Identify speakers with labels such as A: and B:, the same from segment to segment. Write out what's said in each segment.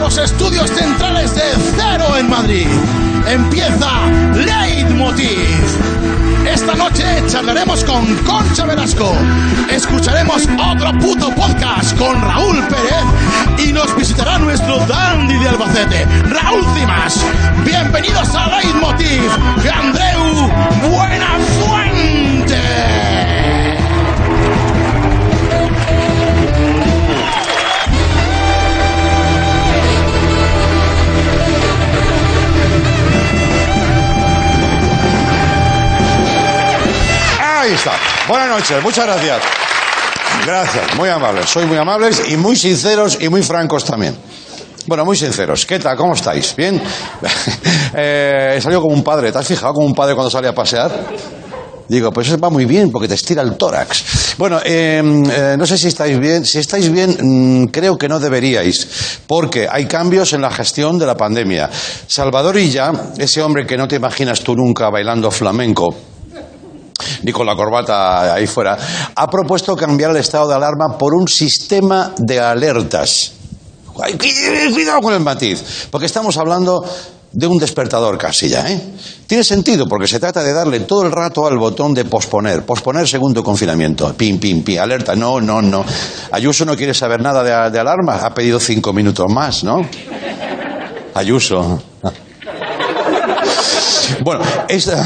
A: los estudios centrales de Cero en Madrid. Empieza Leitmotiv. Esta noche charlaremos con Concha Velasco. Escucharemos otro puto podcast con Raúl Pérez. Y nos visitará nuestro dandy de Albacete, Raúl Cimas. Bienvenidos a Leitmotiv de Andreu Buenafuente.
B: Ahí está. Buenas noches, muchas gracias. Gracias, muy amables, soy muy amables y muy sinceros y muy francos también. Bueno, muy sinceros. ¿Qué tal? ¿Cómo estáis? ¿Bien? eh, he salido como un padre. ¿Te has fijado como un padre cuando sale a pasear? Digo, pues eso va muy bien porque te estira el tórax. Bueno, eh, eh, no sé si estáis bien. Si estáis bien, mm, creo que no deberíais, porque hay cambios en la gestión de la pandemia. Salvador Illa, ese hombre que no te imaginas tú nunca bailando flamenco, ni con la corbata ahí fuera, ha propuesto cambiar el estado de alarma por un sistema de alertas. Ay, cu- eh, Cuidado con el matiz, porque estamos hablando de un despertador casi ya. ¿eh? Tiene sentido, porque se trata de darle todo el rato al botón de posponer, posponer segundo confinamiento. Pim, pim, pim, alerta. No, no, no. Ayuso no quiere saber nada de, de alarma, ha pedido cinco minutos más, ¿no? Ayuso. Bueno, esta-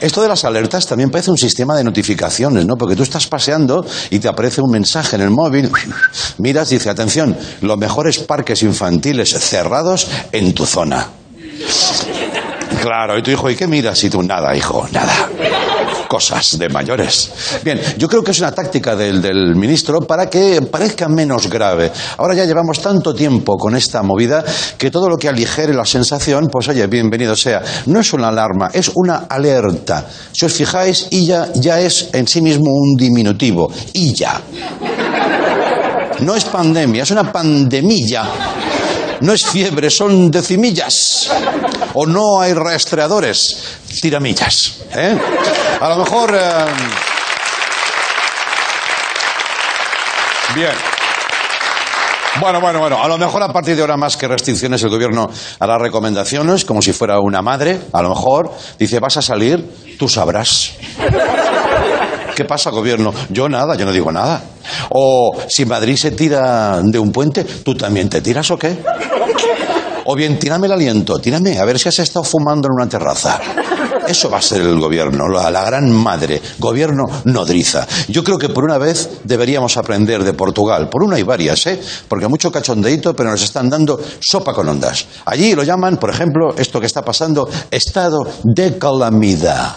B: esto de las alertas también parece un sistema de notificaciones, ¿no? Porque tú estás paseando y te aparece un mensaje en el móvil, miras y dice, atención, los mejores parques infantiles cerrados en tu zona. Claro, y tu hijo, ¿y qué miras? Y tú, nada, hijo, nada. Cosas de mayores. Bien, yo creo que es una táctica del, del ministro para que parezca menos grave. Ahora ya llevamos tanto tiempo con esta movida que todo lo que aligere la sensación, pues oye, bienvenido sea. No es una alarma, es una alerta. Si os fijáis, ella ya es en sí mismo un diminutivo. Illa. No es pandemia, es una pandemilla. No es fiebre, son decimillas. O no hay rastreadores, tiramillas. ¿eh? A lo mejor. eh, Bien. Bueno, bueno, bueno. A lo mejor a partir de ahora más que restricciones el gobierno hará recomendaciones como si fuera una madre. A lo mejor dice, vas a salir, tú sabrás. ¿Qué pasa, gobierno? Yo nada, yo no digo nada. O si Madrid se tira de un puente, ¿tú también te tiras o qué? O bien, tírame el aliento, tírame, a ver si has estado fumando en una terraza. Eso va a ser el gobierno, la, la gran madre, gobierno nodriza. Yo creo que por una vez deberíamos aprender de Portugal, por una y varias, ¿eh? porque mucho cachondeito, pero nos están dando sopa con ondas. Allí lo llaman, por ejemplo, esto que está pasando, estado de calamidad.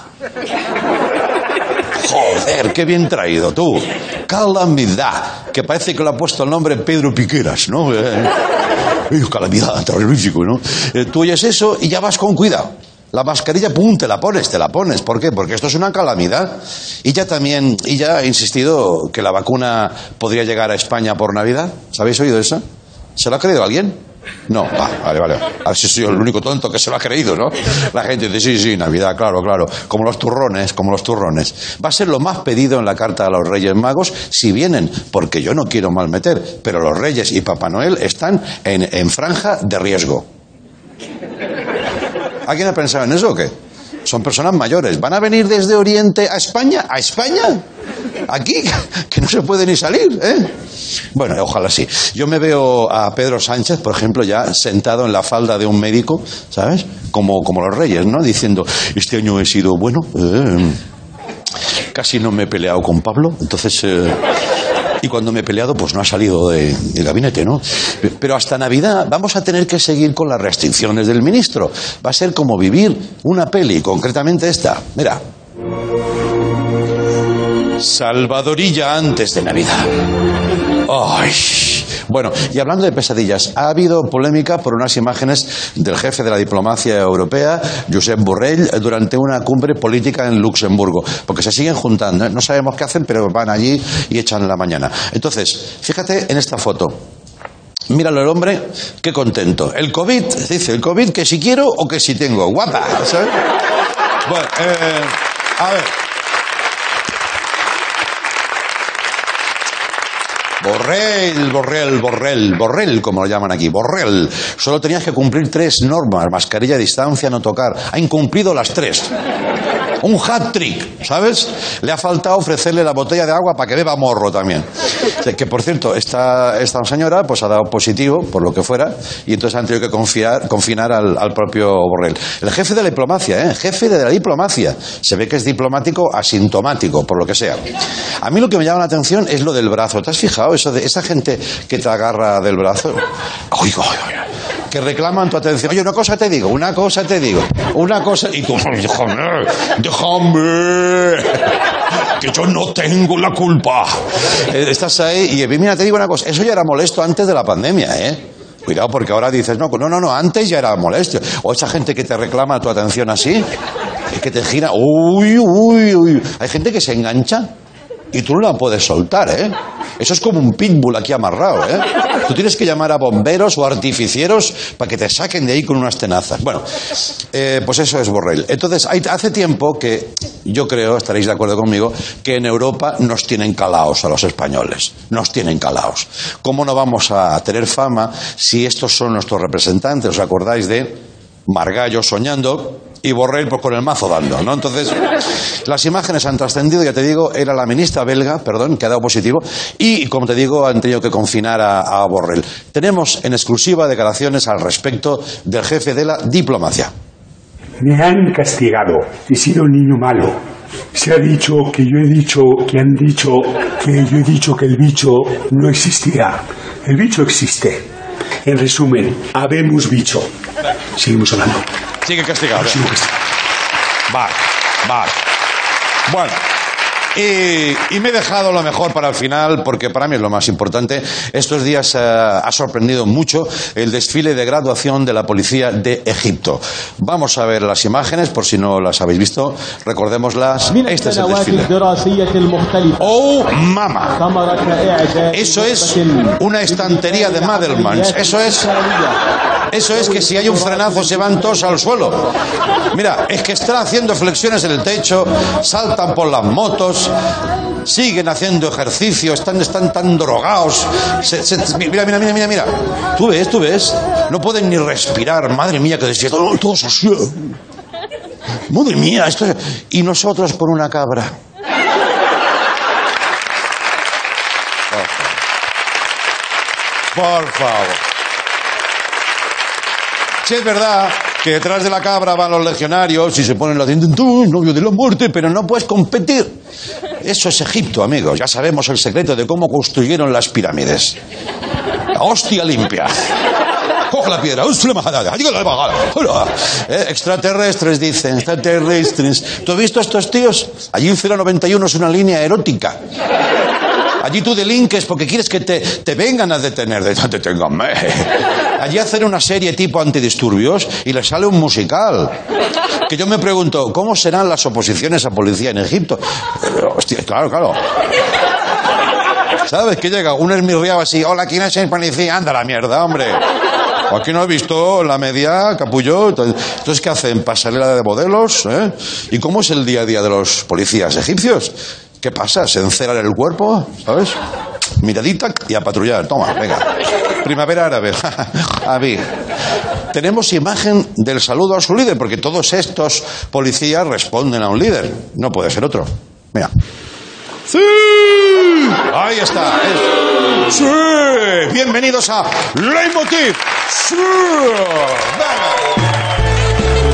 B: Joder, qué bien traído tú. Calamidad, que parece que le ha puesto el nombre Pedro Piqueras, ¿no? Eh, eh, calamidad, terrorífico, ¿no? Eh, tú oyes eso y ya vas con cuidado. La mascarilla, pum, te la pones, te la pones. ¿Por qué? Porque esto es una calamidad. Y ya también, y ya ha insistido que la vacuna podría llegar a España por Navidad. ¿Sabéis oído eso? ¿Se lo ha creído alguien? No, va, vale, vale. A ver si soy el único tonto que se lo ha creído, ¿no? La gente dice, sí, sí, Navidad, claro, claro. Como los turrones, como los turrones. Va a ser lo más pedido en la carta a los Reyes Magos si vienen, porque yo no quiero mal meter, pero los Reyes y Papá Noel están en, en franja de riesgo. ¿Alguien ha pensado en eso o qué? Son personas mayores. ¿Van a venir desde Oriente a España? ¿A España? Aquí, que no se puede ni salir, ¿eh? Bueno, ojalá sí. Yo me veo a Pedro Sánchez, por ejemplo, ya sentado en la falda de un médico, ¿sabes? Como, como los reyes, ¿no? Diciendo, este año he sido bueno, eh, casi no me he peleado con Pablo, entonces... eh, y cuando me he peleado, pues no ha salido de- del gabinete, ¿no? Pero hasta Navidad vamos a tener que seguir con las restricciones del ministro. Va a ser como vivir una peli, concretamente esta. Mira. Salvadorilla antes de Navidad. Ay. Bueno, y hablando de pesadillas, ha habido polémica por unas imágenes del jefe de la diplomacia europea, Josep Borrell, durante una cumbre política en Luxemburgo, porque se siguen juntando, ¿eh? no sabemos qué hacen, pero van allí y echan la mañana. Entonces, fíjate en esta foto. Míralo el hombre, qué contento. El COVID, dice, el COVID que si quiero o que si tengo. Guapa, ¿sabes? Bueno, eh, a ver. Borrell, Borrell, Borrell, Borrell, como lo llaman aquí, Borrell. Solo tenías que cumplir tres normas, mascarilla, distancia, no tocar. Ha incumplido las tres. Un hat-trick, ¿sabes? Le ha faltado ofrecerle la botella de agua para que beba morro también. O sea, Que, por cierto, esta, esta señora pues ha dado positivo, por lo que fuera, y entonces han tenido que confiar- confinar al, al propio Borrell. El jefe de la diplomacia, ¿eh? Jefe de la diplomacia. Se ve que es diplomático asintomático, por lo que sea. A mí lo que me llama la atención es lo del brazo. ¿Te has fijado eso de esa gente que te agarra del brazo? Uy, uy, uy que reclaman tu atención. Oye, una cosa te digo, una cosa te digo, una cosa. Y tú, déjame, déjame, que yo no tengo la culpa. Eh, Estás ahí y mira, te digo una cosa, eso ya era molesto antes de la pandemia, ¿eh? Cuidado, porque ahora dices, no, no, no, no, antes ya era molesto. O esa gente que te reclama tu atención así, que te gira, uy, uy, uy. Hay gente que se engancha y tú no la puedes soltar, ¿eh? Eso es como un pitbull aquí amarrado, ¿eh? Tú tienes que llamar a bomberos o artificieros para que te saquen de ahí con unas tenazas. Bueno, eh, pues eso es Borrell. Entonces, hay- hace tiempo que, yo creo, estaréis de acuerdo conmigo, que en Europa nos tienen calaos a los españoles. Nos tienen calaos. ¿Cómo no vamos a tener fama si estos son nuestros representantes? ¿Os acordáis de Margallo soñando y Borrell pues, con el mazo dando, ¿no? Entonces, las imágenes han trascendido, ya te digo, era la ministra belga, perdón, que ha dado positivo, y como te digo, han tenido que confinar a, a Borrell. Tenemos en exclusiva declaraciones al respecto del jefe de la diplomacia.
C: Me han castigado. He sido un niño malo. Se ha dicho que yo he dicho, que han dicho, que yo he dicho que el bicho no existirá. El bicho existe. En resumen, habemos bicho. Seguimos hablando.
B: Sigue castigado. ¿eh?
C: Sigo castigado.
B: Vale, vale. Bueno. Y, y me he dejado lo mejor para el final, porque para mí es lo más importante. Estos días eh, ha sorprendido mucho el desfile de graduación de la policía de Egipto. Vamos a ver las imágenes, por si no las habéis visto. Recordémoslas.
D: من
B: Este es el
D: السنوات
B: desfile.
D: الدراسية المختلفة
B: ¡Oh, mama!
D: ثمرة إعداد
B: Eso es
D: نسبة
B: una estantería de Madelmans. Eso es. Eso es que si hay un frenazo se van todos al suelo. Mira, es que están haciendo flexiones en el techo, saltan por las motos, siguen haciendo ejercicio, están, están tan drogados. Se- se- mira, mira, mira, mira, mira. Tú ves, tú ves. No pueden ni respirar. Madre mía, que decía, "Oh, todos así. Madre mía, esto es-". Y nosotros por una cabra. Por favor. Si es verdad que detrás de la cabra van los legionarios y se ponen la dientes, tú, novio de la muerte, pero no puedes competir. Eso es Egipto, amigos. Ya sabemos el secreto de cómo construyeron las pirámides. La hostia limpia. Coge la piedra. hostia, la majada, allí que la bajada, hola. Eh, extraterrestres, dicen. Extraterrestres. ¿Tú has visto a estos tíos? Allí un 091 es una línea erótica. Allí tú delinques porque quieres que te, te vengan a detener. De, deténganme. Allí hacen una serie tipo antidisturbios y les sale un musical. Que yo me pregunto, ¿cómo serán las oposiciones a policía en Egipto? Eh, hostia, claro, claro. ¿Sabes? Que llega un esmirriado así, hola, ¿quién es el policía? Anda la mierda, hombre. Aquí no he visto la media, capullo. Entonces, ¿qué hacen? ¿Pasarela de modelos? ¿eh? ¿Y cómo es el día a día de los policías egipcios? ¿Qué pasa? ¿Se enceran el cuerpo? ¿Sabes? Miradita y a patrullar. Toma, venga. Primavera árabe. a ver. Tenemos imagen del saludo a su líder, porque todos estos policías responden a un líder. No puede ser otro. Mira. ¡Sí! Ahí está. es- ¡Sí! Bienvenidos a Leitmotiv. ¡Sí! Venga.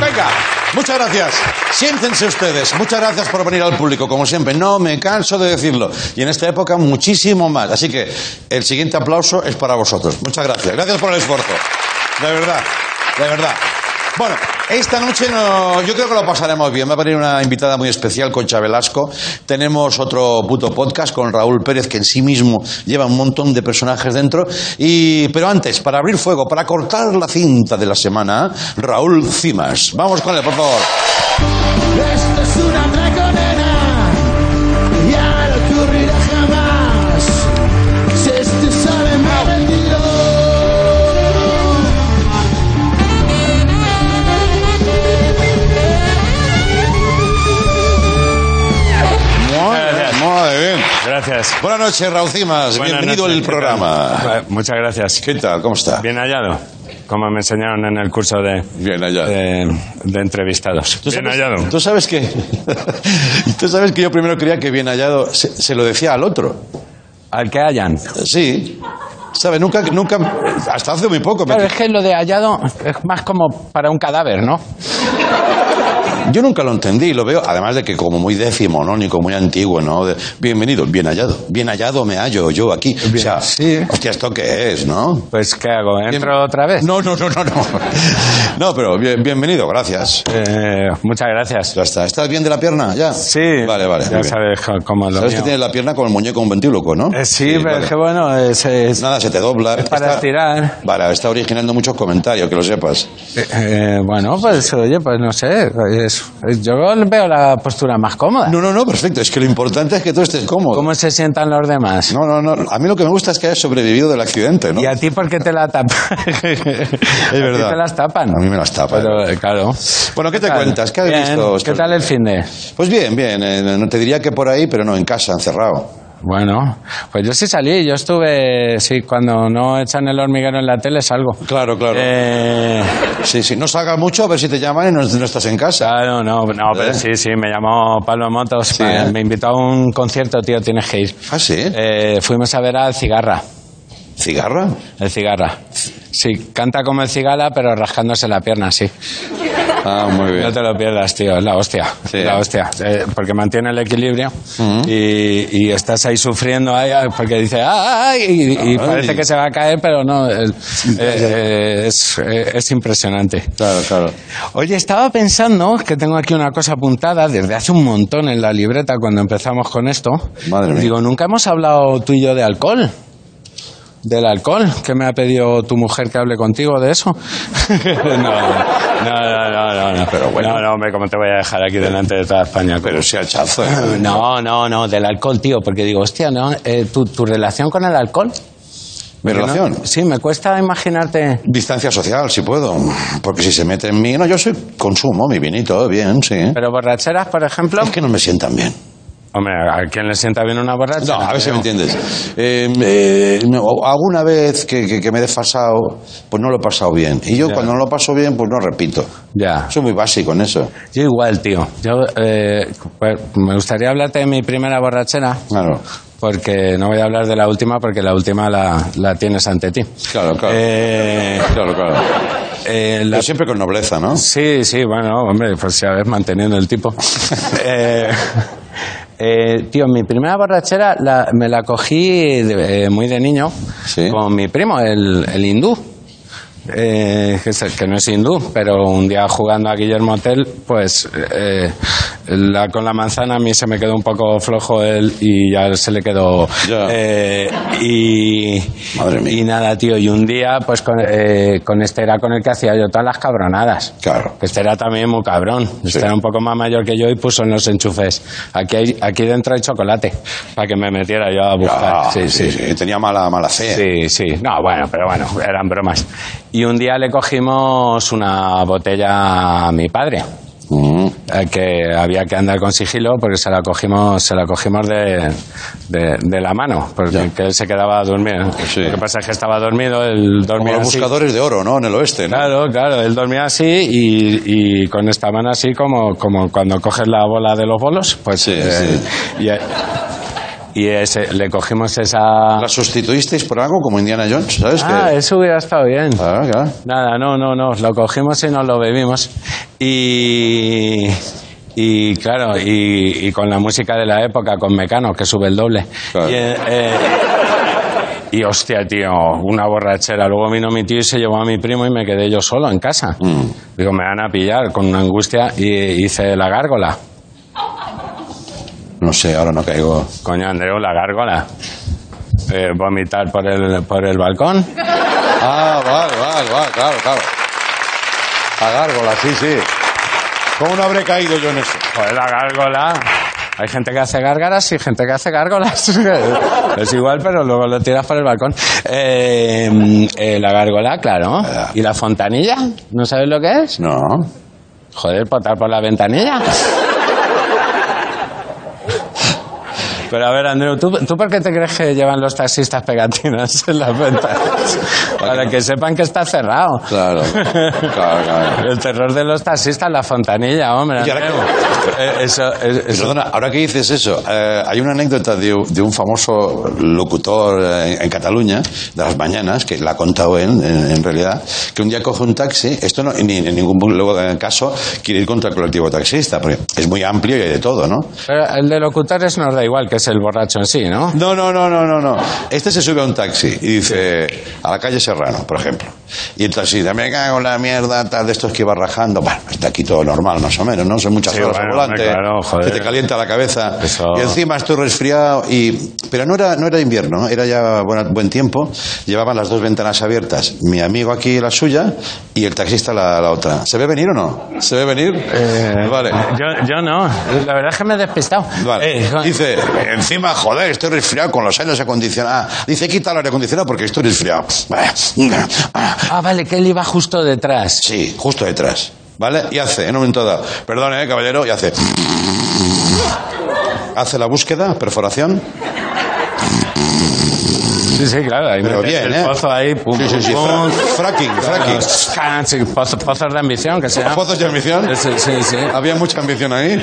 B: Venga. Muchas gracias. Siéntense ustedes. Muchas gracias por venir al público, como siempre. No me canso de decirlo. Y en esta época muchísimo más. Así que el siguiente aplauso es para vosotros. Muchas gracias. Gracias por el esfuerzo. De verdad. De verdad. Bueno, esta noche no, yo creo que lo pasaremos bien. Va a venir una invitada muy especial, Concha Velasco. Tenemos otro puto podcast con Raúl Pérez, que en sí mismo lleva un montón de personajes dentro. Y, pero antes, para abrir fuego, para cortar la cinta de la semana, Raúl Cimas. Vamos con él, por favor. ¡Eh!
E: gracias.
B: Buenas noches, Raucimas.
E: Buenas
B: Bienvenido al
E: noches, ¿qué tal?
B: programa.
E: Bueno, Muchas gracias.
B: ¿Qué tal? ¿Cómo está?
E: Bien hallado, como me enseñaron en el curso de,
B: Bien hallado.
E: de, de entrevistados.
B: ¿Tú
E: Bien
B: sabes-
E: hallado.
B: ¿Tú sabes que Tú sabes que yo primero creía que bien hallado se, se lo decía al otro.
E: Al que hayan.
B: Eh, Sí. ¿Sabes? Nunca, nunca, hasta hace muy poco. me-
F: Claro, es que lo de hallado es más como para un cadáver, ¿no?
B: Yo nunca lo entendí y lo veo, además de que como muy decimonónico, muy antiguo, ¿no? De- bienvenido, bien hallado. Bien hallado me hallo yo aquí. o sea,
E: sí.
B: hostia, ¿esto qué es, no?
E: Pues, ¿qué hago? ¿Entro
B: Bien-
E: otra vez?
B: No, no, no, no, no. No, pero bien- bienvenido, gracias.
E: Eh, muchas gracias.
B: Ya está. ¿Estás bien de la pierna? ¿Ya?
E: Sí,
B: Vale, vale. muy
E: ya
B: bien.
E: sabes co- cómo lo
B: Sabes
E: mío.
B: que tienes la pierna como el muñeco un ventríloco, ¿no?
E: Eh, sí, pero
B: vale.
E: es que bueno, es, es-
B: Nada, se te dobla.
E: para
B: Está-
E: estirar.
B: Vale, está originando muchos comentarios, que lo sepas.
E: Eh, eh, bueno, pues oye, pues no sé. es- es- yo veo la postura más cómoda.
B: No, no, no, perfecto. Es que lo importante es que tú estés cómodo.
E: ¿Cómo se sientan los demás?
B: No, no, no. A mí lo que me gusta es que hayas sobrevivido del accidente, ¿no?
E: ¿Y a ti por qué te la tapan? es
B: verdad.
E: te las tapan?
B: A mí me las tapan.
E: Pero, eh, claro.
B: Bueno, ¿qué te
E: Tal.
B: cuentas? ¿Qué has
E: Bien.
B: visto?
E: ¿Qué tal el fin de?
B: Pues bien, bien. eh, no te diría que por ahí, pero no, en casa, encerrado.
E: Bueno, pues yo sí salí, yo estuve, sí, cuando no echan el hormiguero en la tele salgo.
B: Claro, claro.
E: Eh,
B: Sí, sí. No salgas mucho, a ver si te llaman y no, no estás en casa.
E: claro, no, no, pero
B: ¿Eh?
E: sí, sí, me llamó Pablo Motos,
B: Sí,
E: eh,
B: ¿eh?
E: me invitó a un concierto, tío, tienes que ir.
B: Ah, sí.
E: Eh, fuimos a ver al Cigarra,
B: ¿Cigarra?
E: el Cigarra. Sí, canta como el Cigala, pero rascándose la pierna, sí.
B: Ah, muy
E: No
B: bien.
E: te lo pierdas, tío, es la hostia.
B: Sí. Mm.
E: es La hostia. Eh, porque mantiene el equilibrio y, y estás ahí sufriendo ay, ay, porque dice, "Ah, ¡ay! Y, y
B: Ay.
E: parece que se va a caer, pero no. el- eh, es, eh, es impresionante.
B: Claro, claro.
E: Oye, estaba pensando que tengo aquí una cosa apuntada desde hace un montón en la libreta cuando empezamos con esto.
B: Madre mía.
E: Digo, nunca hemos hablado tú y yo de alcohol. Del alcohol, que me ha pedido tu mujer que hable contigo de eso. no, no, no, no, no, no.
B: Pero bueno.
E: No, no, hombre, ¿cómo te voy a dejar aquí delante de toda España?
B: Pero sea hachazo. ¿eh?
E: No, no, no, del alcohol, tío, porque digo, hostia, no, eh, tu, tu relación con el alcohol.
B: ¿Mi
E: Porque no-
B: relación?
E: sí, me cuesta imaginarte.
B: Distancia social, si puedo. Porque si se mete en mí. No, yo soy consumo, mi vinito, bien, sí. ¿eh?
E: Pero borracheras, por ejemplo.
B: Es que no me sientan bien.
E: Hombre, ¿a quién le sienta bien una borracha?
B: No, a ver si me entiendes. Eh, eh, no, alguna vez que, que- que me he desfasado, pues no lo he pasado bien. Y yo
E: Ya.
B: cuando no lo paso bien, pues no repito.
E: Ya.
B: Soy muy básico en eso.
E: Yo igual, tío. Yo, eh, pues, me gustaría hablarte de mi primera borrachera,
B: Claro.
E: porque no voy a hablar de la última, porque la última la, la tienes ante ti.
B: Claro, claro.
E: Eh,
B: Claro, claro.
E: eh, la-
B: Pero siempre con nobleza, ¿no?
E: Sí, sí, bueno, hombre, pues ya ves, manteniendo el tipo. Eh, eh, tío, mi primera borrachera la- me la cogí de- eh, muy de niño
B: Sí.
E: con mi primo, el, el hindú. Eh, que, es- que no es hindú, pero un día jugando a Guillermo Tell, pues eh, la, con la manzana a mí se me quedó un poco flojo él y ya se le quedó.
B: Ya.
E: Eh, y,
B: Madre mía.
E: y nada, tío. Y un día, pues con, eh, con este era con el que hacía yo todas las cabronadas.
B: Claro.
E: Que este era también muy cabrón. Este
B: Sí.
E: era un poco más mayor que yo y puso en los enchufes. Aquí, hay- aquí dentro hay chocolate para que me metiera yo a buscar.
B: Ah,
E: sí, sí, sí.
B: Tenía mala, mala fe.
E: Sí, No, bueno, pero bueno, eran bromas. Y un día le cogimos una botella a mi padre.
B: Mm.
E: eh, que había que andar con sigilo porque se la cogimos se la cogimos de, de, de la mano porque que él se quedaba dormido
B: Sí.
E: lo que pasa es que estaba dormido él
B: Como
E: dormía
B: los
E: así.
B: buscadores de oro, ¿no? En el oeste, ¿no?
E: Claro, claro, él dormía así y, y con esta mano así como, como cuando coges la bola de los bolos, pues
B: Sí,
E: eh,
B: sí.
E: Y, y ese- le cogimos esa...
B: La sustituisteis por algo como Indiana Jones, ¿sabes?
E: Ah,
B: Que-
E: eso hubiera estado bien.
B: Claro, claro.
E: Nada, no, no, no, lo cogimos y nos lo bebimos. Y, y claro, y, y con la música de la época, con Mecano, que sube el doble.
B: Claro.
E: Y, eh, eh, y, hostia, tío, una borrachera. Luego vino mi tío y se llevó a mi primo y me quedé yo solo en casa. Digo, me van a pillar con una angustia y hice la gárgola.
B: No sé, ahora no caigo.
E: Coño, Andreu, la gárgola. Eh, vomitar por el, por el balcón.
B: Ah, vale, vale, vale, claro, claro. A gárgola, sí, sí. ¿Cómo no habré caído yo en eso?
E: Joder, la gárgola. Hay gente que hace gárgaras y gente que hace gárgolas. es igual, pero luego lo tiras por el balcón. Eh, eh, la gárgola, claro.
B: Ah.
E: ¿Y la fontanilla? ¿No sabes lo que es?
B: No.
E: Joder, potar por la ventanilla. Pero a ver, Andreu, ¿tú, ¿tú por qué te crees que llevan los taxistas pegatinas en las ventanas? Para que sepan que está cerrado.
B: Claro, claro, claro.
E: El terror de los taxistas, la fontanilla, hombre.
B: Y ahora
E: Andreu. Eh, Eso, es- eso-
B: Perdona, ahora que dices eso, eh, hay una anécdota de, u- de un famoso locutor eh, en, Cataluña, de las mañanas, que la ha contado él, en, en realidad, que un día coge un taxi, esto no, ni en ningún bu- eh, caso quiere ir contra el colectivo taxista, porque es muy amplio y hay de todo, ¿no?
E: pero el de locutores nos da igual que es el borracho en sí, ¿no?
B: No, no, no, no, no, no. Este se sube a un taxi y dice, a la calle Serrano, por ejemplo. Y el taxista, me cago en la mierda, tal, de estos que iba rajando. Bueno, está aquí todo normal, más o menos, ¿no? Son muchas
E: Sí,
B: horas
E: bueno,
B: al volante,
E: hombre, claro, joder.
B: que te calienta la cabeza.
E: Eso.
B: Y encima estoy resfriado y... Pero no era, no era invierno, era ya buena- buen tiempo. Llevaban las dos ventanas abiertas. Mi amigo aquí la suya y el taxista la, la otra. ¿Se ve venir o no? ¿Se ve venir?
E: Eh,
B: vale.
E: Yo, yo no. La verdad es que me he despistado.
B: Vale.
E: Eh, con-
B: dice, encima, joder, estoy resfriado con los aires acondicionados. Ah, Dice, quita el aire acondicionado porque estoy resfriado.
E: Ah, vale, que él iba justo detrás.
B: Sí, justo detrás. ¿Vale? Y hace, en un momento dado, perdón, eh, caballero, y hace. Hace la búsqueda, perforación.
E: Sí, sí, claro. Ahí
B: Pero
E: metes
B: bien,
E: el
B: ¿eh?
E: pozo ahí, pum,
B: Sí, sí, sí.
E: pum,
B: fra-
E: pum.
B: Fracking, fracking.
E: Can- sí, pozo- pozos de ambición, que sea.
B: ¿Pozos de ambición?
E: Sí, sí, sí.
B: Había mucha ambición ahí.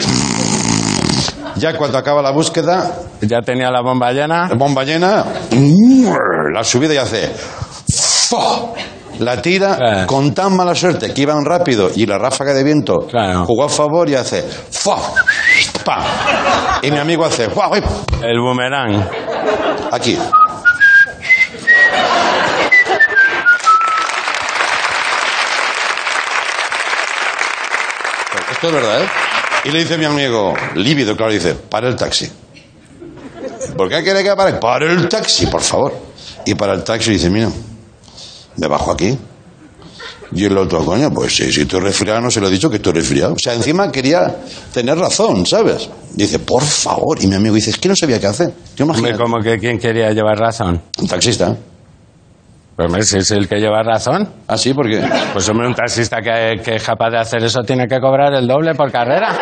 B: Ya cuando acaba la búsqueda,
E: Ya tenía la bomba llena.
B: bomba llena, la subida y hace. ¡fo! La tira
E: Claro.
B: con tan mala suerte que iban rápido y la ráfaga de viento
E: Claro.
B: jugó a favor y hace. ¡fo! ¡pa! Y mi amigo hace. ¡guau! ¡ay!
E: El boomerang.
B: Aquí. Esto es verdad, ¿eh? Y le dice mi amigo, lívido, claro, dice, para el taxi. ¿Por qué quiere que pare? Para el taxi, por favor. Y para el taxi dice, mira, me bajo aquí. Y el otro, coño, pues sí, si estoy resfriado, no se lo he dicho que estoy resfriado. O sea, encima quería tener razón, ¿sabes? Dice, por favor. Y mi amigo dice, es que no sabía qué hacer. Yo
E: Hombre, como que quién quería llevar razón.
B: un taxista.
E: Pues hombre, si es el que lleva razón.
B: Ah, sí, porque.
E: Pues hombre, un taxista que, que es capaz de hacer eso tiene que cobrar el doble por carrera.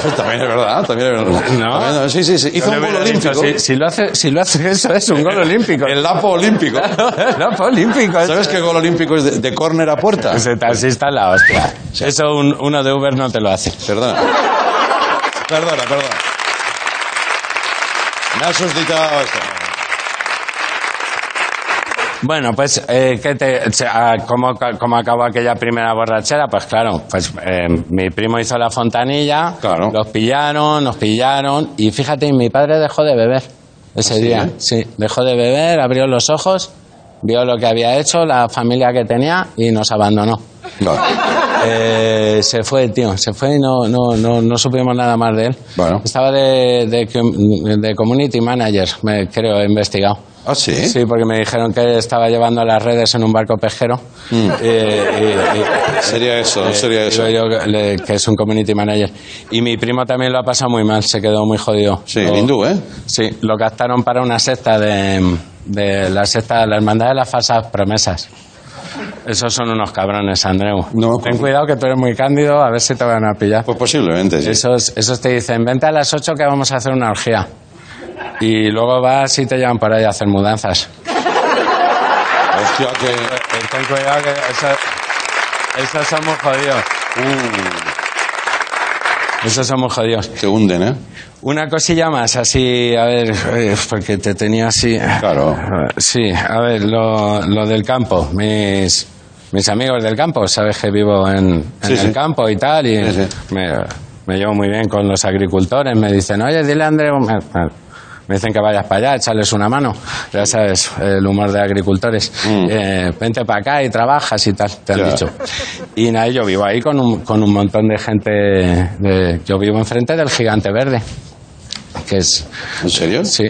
B: Pues también es verdad, también es verdad.
E: ¿No?
B: También, sí, sí, sí. Hizo
E: Yo le
B: un gol
E: hubiera dicho,
B: olímpico.
E: Si, si lo hace, si lo hace eso es un gol olímpico.
B: El lapo olímpico.
E: no, fue olímpico. eso.
B: ¿Sabes qué gol olímpico es de, de córner a puerta?
E: Ese taxista es la hostia. Eso un- uno de Uber no te lo hace.
B: Perdona. Perdona, perdona. Me ha suscitado esto.
E: Bueno, pues, eh, ¿qué te, se- ah, ¿cómo, ca- cómo acabó aquella primera borrachera? Pues claro, pues eh, mi primo hizo la fontanilla,
B: Claro.
E: los pillaron, nos pillaron, y fíjate, mi padre dejó de beber ese
B: ¿Ah,
E: día. Sí, dejó de beber, abrió los ojos, vio lo que había hecho, la familia que tenía, y nos abandonó.
B: No.
E: Eh, se fue, tío, se fue y no, no, no, no supimos nada más de él.
B: Bueno.
E: Estaba de, de, com- de community manager, me, creo, he investigado.
B: Ah, sí.
E: Sí, porque me dijeron que estaba llevando las redes en un barco pesquero. Eh, y- y-
B: Sería Mm. eso,
E: eh,
B: sería eso.
E: digo yo que, le- que es un community manager. Y mi primo también lo ha pasado muy mal, se quedó muy jodido.
B: Sí,
E: Lo-
B: hindú, ¿eh?
E: Sí, lo captaron para una secta de, de la secta de la hermandad de las falsas promesas. Esos son unos cabrones, Andreu.
B: No,
E: Ten
B: pues-
E: cuidado que tú eres muy cándido, a ver si te van a pillar.
B: Pues posiblemente, sí.
E: Esos, esos te dicen, vente a las 8 que vamos a hacer una orgía. Y luego vas y te llevan por ahí a hacer mudanzas.
B: Hostia, que.
E: Eh, Ten cuidado que eso- esos son muy jodidos.
B: uh,
E: Esos son muy jodidos.
B: te hunden, ¿eh?
E: Una cosilla más, así, a ver, eh, porque te tenía así. eh,
B: Claro.
E: Sí, a ver, lo, lo del campo. Mis, mis amigos del campo, sabes que vivo en, en
B: Sí,
E: el
B: sí.
E: campo y tal, y
B: Sí,
E: Me, me llevo muy bien con los agricultores. Me dicen, oye, dile a Andreu. Me, me dicen que vayas para allá, echarles una mano. Ya sabes, el humor de agricultores.
B: Mm.
E: Eh, vente para acá y trabajas y tal, te han
B: Ya.
E: dicho. Y nada, yo vivo ahí con un, con un montón de gente. de- yo vivo enfrente del gigante verde. Que es.
B: ¿En serio?
E: Sí.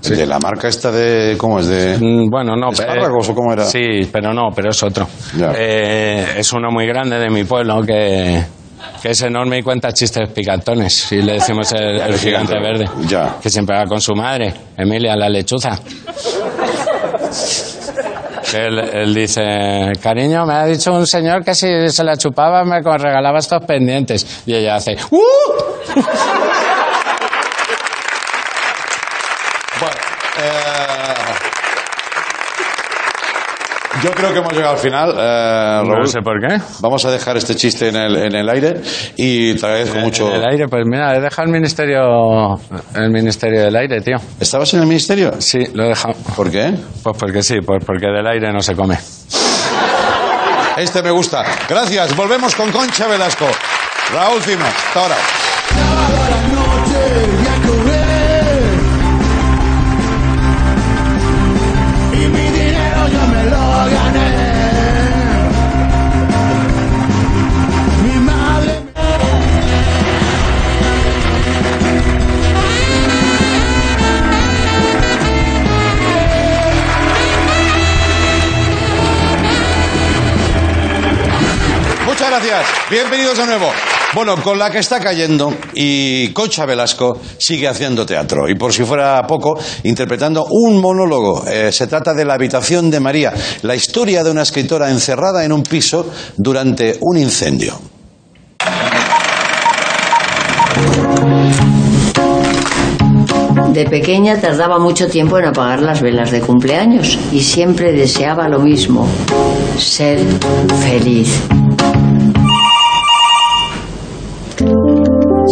E: sí.
B: De la marca esta de. ¿Cómo es? De.
E: Mm, Bueno, no. pero-
B: ¿Espárragos o cómo era?
E: Sí, pero no, pero es otro.
B: Ya.
E: Eh, es uno muy grande de mi pueblo que, que es enorme y cuenta chistes picantones. Y le decimos el, el gigante verde.
B: Ya.
E: Que siempre va con su madre, Emilia, la lechuza. Que Él, él dice, cariño, me ha dicho un señor que si se la chupaba me co- regalaba estos pendientes. Y ella hace, ¡uh!
B: eh, Yo creo que hemos llegado al final, eh,
E: No
B: Raúl.
E: sé por qué.
B: Vamos a dejar este chiste en el, en el aire y te agradezco mucho.
E: El aire, pues mira, he dejado el ministerio, el ministerio del aire, tío.
B: ¿Estabas en el ministerio?
E: Sí, lo he dejado.
B: ¿Por qué?
E: Pues porque sí, pues porque del aire no se come.
B: Este me gusta. Gracias. Volvemos con Concha Velasco. La última. Hasta ahora.
A: Cada noche voy a correr y mi dinero yo me lo gané. Mi madre me
B: Muchas gracias. Bienvenidos de nuevo. Bueno, con la que está cayendo y Concha Velasco sigue haciendo teatro. Y por si fuera poco, interpretando un monólogo. Eh, se trata de La habitación de María, la historia de una escritora encerrada en un piso durante un incendio.
G: De pequeña tardaba mucho tiempo en apagar las velas de cumpleaños y siempre deseaba lo mismo, ser feliz.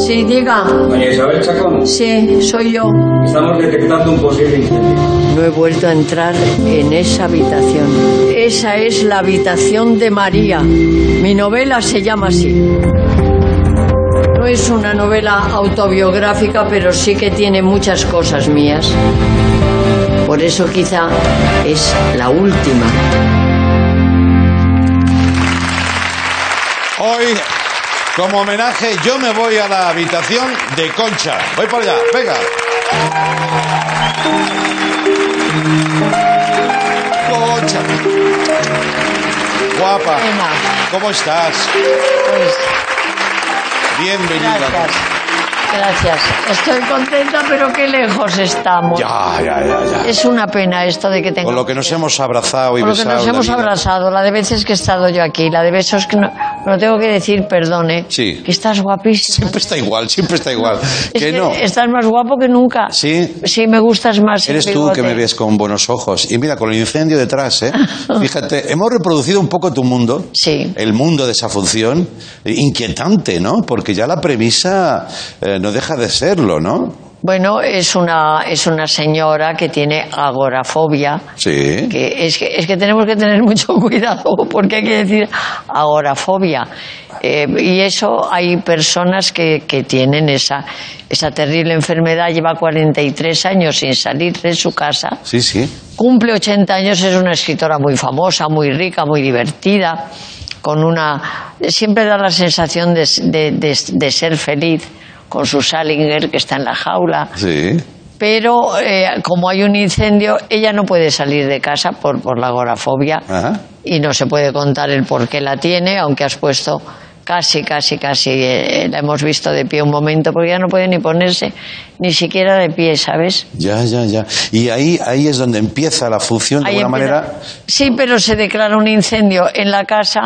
G: Sí, diga.
H: María Eh, Isabel Chacón,
G: Sí, soy yo.
H: estamos detectando un posible incendio.
G: No he vuelto a entrar en esa habitación. Esa es la habitación de María. Mi novela se llama así. No es una novela autobiográfica, pero sí que tiene muchas cosas mías. Por eso quizá es la última.
B: Hoy, como homenaje, yo me voy a la habitación de Concha. Voy para allá. Venga. Concha. Guapa.
G: Emma.
B: ¿Cómo estás?
G: Pues
B: Bienvenida.
G: gracias. Gracias. Estoy contenta, pero qué lejos estamos.
B: Ya, ya, ya, ya.
G: Es una pena esto de que tengamos
B: Con lo que nos hemos abrazado y
G: Por lo que
B: besado.
G: nos
B: en la
G: hemos
B: vida.
G: abrazado, la de veces que he estado yo aquí, la de besos que no, no tengo que decir, perdón, ¿eh?
B: Sí.
G: Que estás guapísima.
B: Siempre está igual, siempre está igual.
G: Es que
B: que no.
G: Estás más guapo que nunca.
B: Sí.
G: Sí, me gustas más. sin
B: Eres tú
G: bigote.
B: que me ves con buenos ojos. Y mira, con el incendio detrás, ¿eh? Fíjate, hemos reproducido un poco tu mundo.
G: Sí.
B: El mundo de esa función. Eh, Inquietante, ¿no? Porque ya la premisa eh, no deja de serlo, ¿no?
G: Bueno, es una, es una señora que tiene agorafobia.
B: Sí.
G: Que es, que es que tenemos que tener mucho cuidado porque hay que decir agorafobia. Eh, y eso hay personas que, que tienen esa, esa terrible enfermedad, lleva 43 años sin salir de su casa.
B: Sí, sí.
G: Cumple 80 años, es una escritora muy famosa, muy rica, muy divertida, con una siempre da la sensación de, de- de- de ser feliz con su Salinger que está en la jaula.
B: Sí.
G: Pero eh, como hay un incendio, ella no puede salir de casa por, por la agorafobia
B: Ajá.
G: y no se puede contar el por qué la tiene, aunque has puesto casi, casi, casi, eh, la hemos visto de pie un momento, porque ya no puede ni ponerse ni siquiera de pie, ¿sabes?
B: Ya, ya, ya. Y ahí, ahí es donde empieza la función, de
G: Ahí
B: alguna
G: empieza-
B: manera.
G: Sí, pero se declara un incendio en la casa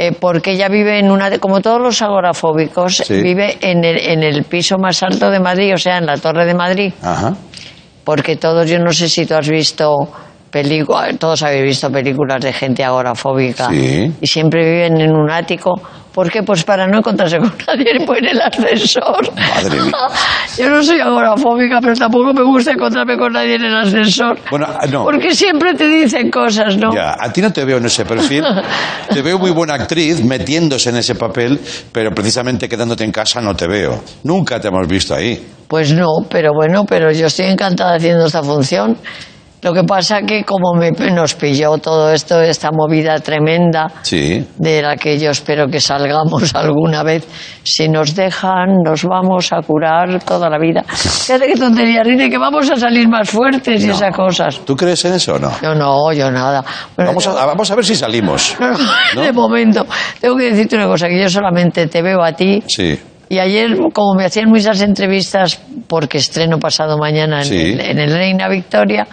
G: eh, porque ella vive en una. de- Como todos los agorafóbicos,
B: Sí.
G: vive en el, en el piso más alto de Madrid, o sea, en la Torre de Madrid.
B: Ajá.
G: Porque todos, yo no sé si tú has visto. películas, todos habéis visto películas de gente agorafóbica
B: Sí.
G: y siempre viven en un ático. ¿Por qué? Pues para no encontrarse con nadie por el ascensor.
B: Madre mía.
G: Yo no soy agorafóbica, pero tampoco me gusta encontrarme con nadie en el ascensor.
B: Bueno, ah, no.
G: Porque siempre te dicen cosas, ¿no?
B: Ya, a ti no te veo en ese perfil. Te veo muy buena actriz metiéndose en ese papel, pero precisamente quedándote en casa no te veo. Nunca te hemos visto ahí.
G: Pues no, pero bueno, pero yo estoy encantada haciendo esta función. Lo que pasa que como me- nos pilló todo esto, esta movida tremenda,
B: Sí.
G: de la que yo espero que salgamos alguna vez, si nos dejan, nos vamos a curar toda la vida. Fíjate qué tontería, Rine, que vamos a salir más fuertes y esas cosas.
B: ¿Tú crees en eso o no?
G: Yo no, yo nada. Bueno,
B: Vamos a,
G: yo-
B: a- vamos a ver si salimos. ¿No?
G: De momento, tengo que decirte una cosa, que yo solamente te veo a ti.
B: Sí.
G: Y ayer, como me hacían muchas entrevistas, porque estreno pasado mañana en,
B: Sí.
G: el, en el Reina Victoria,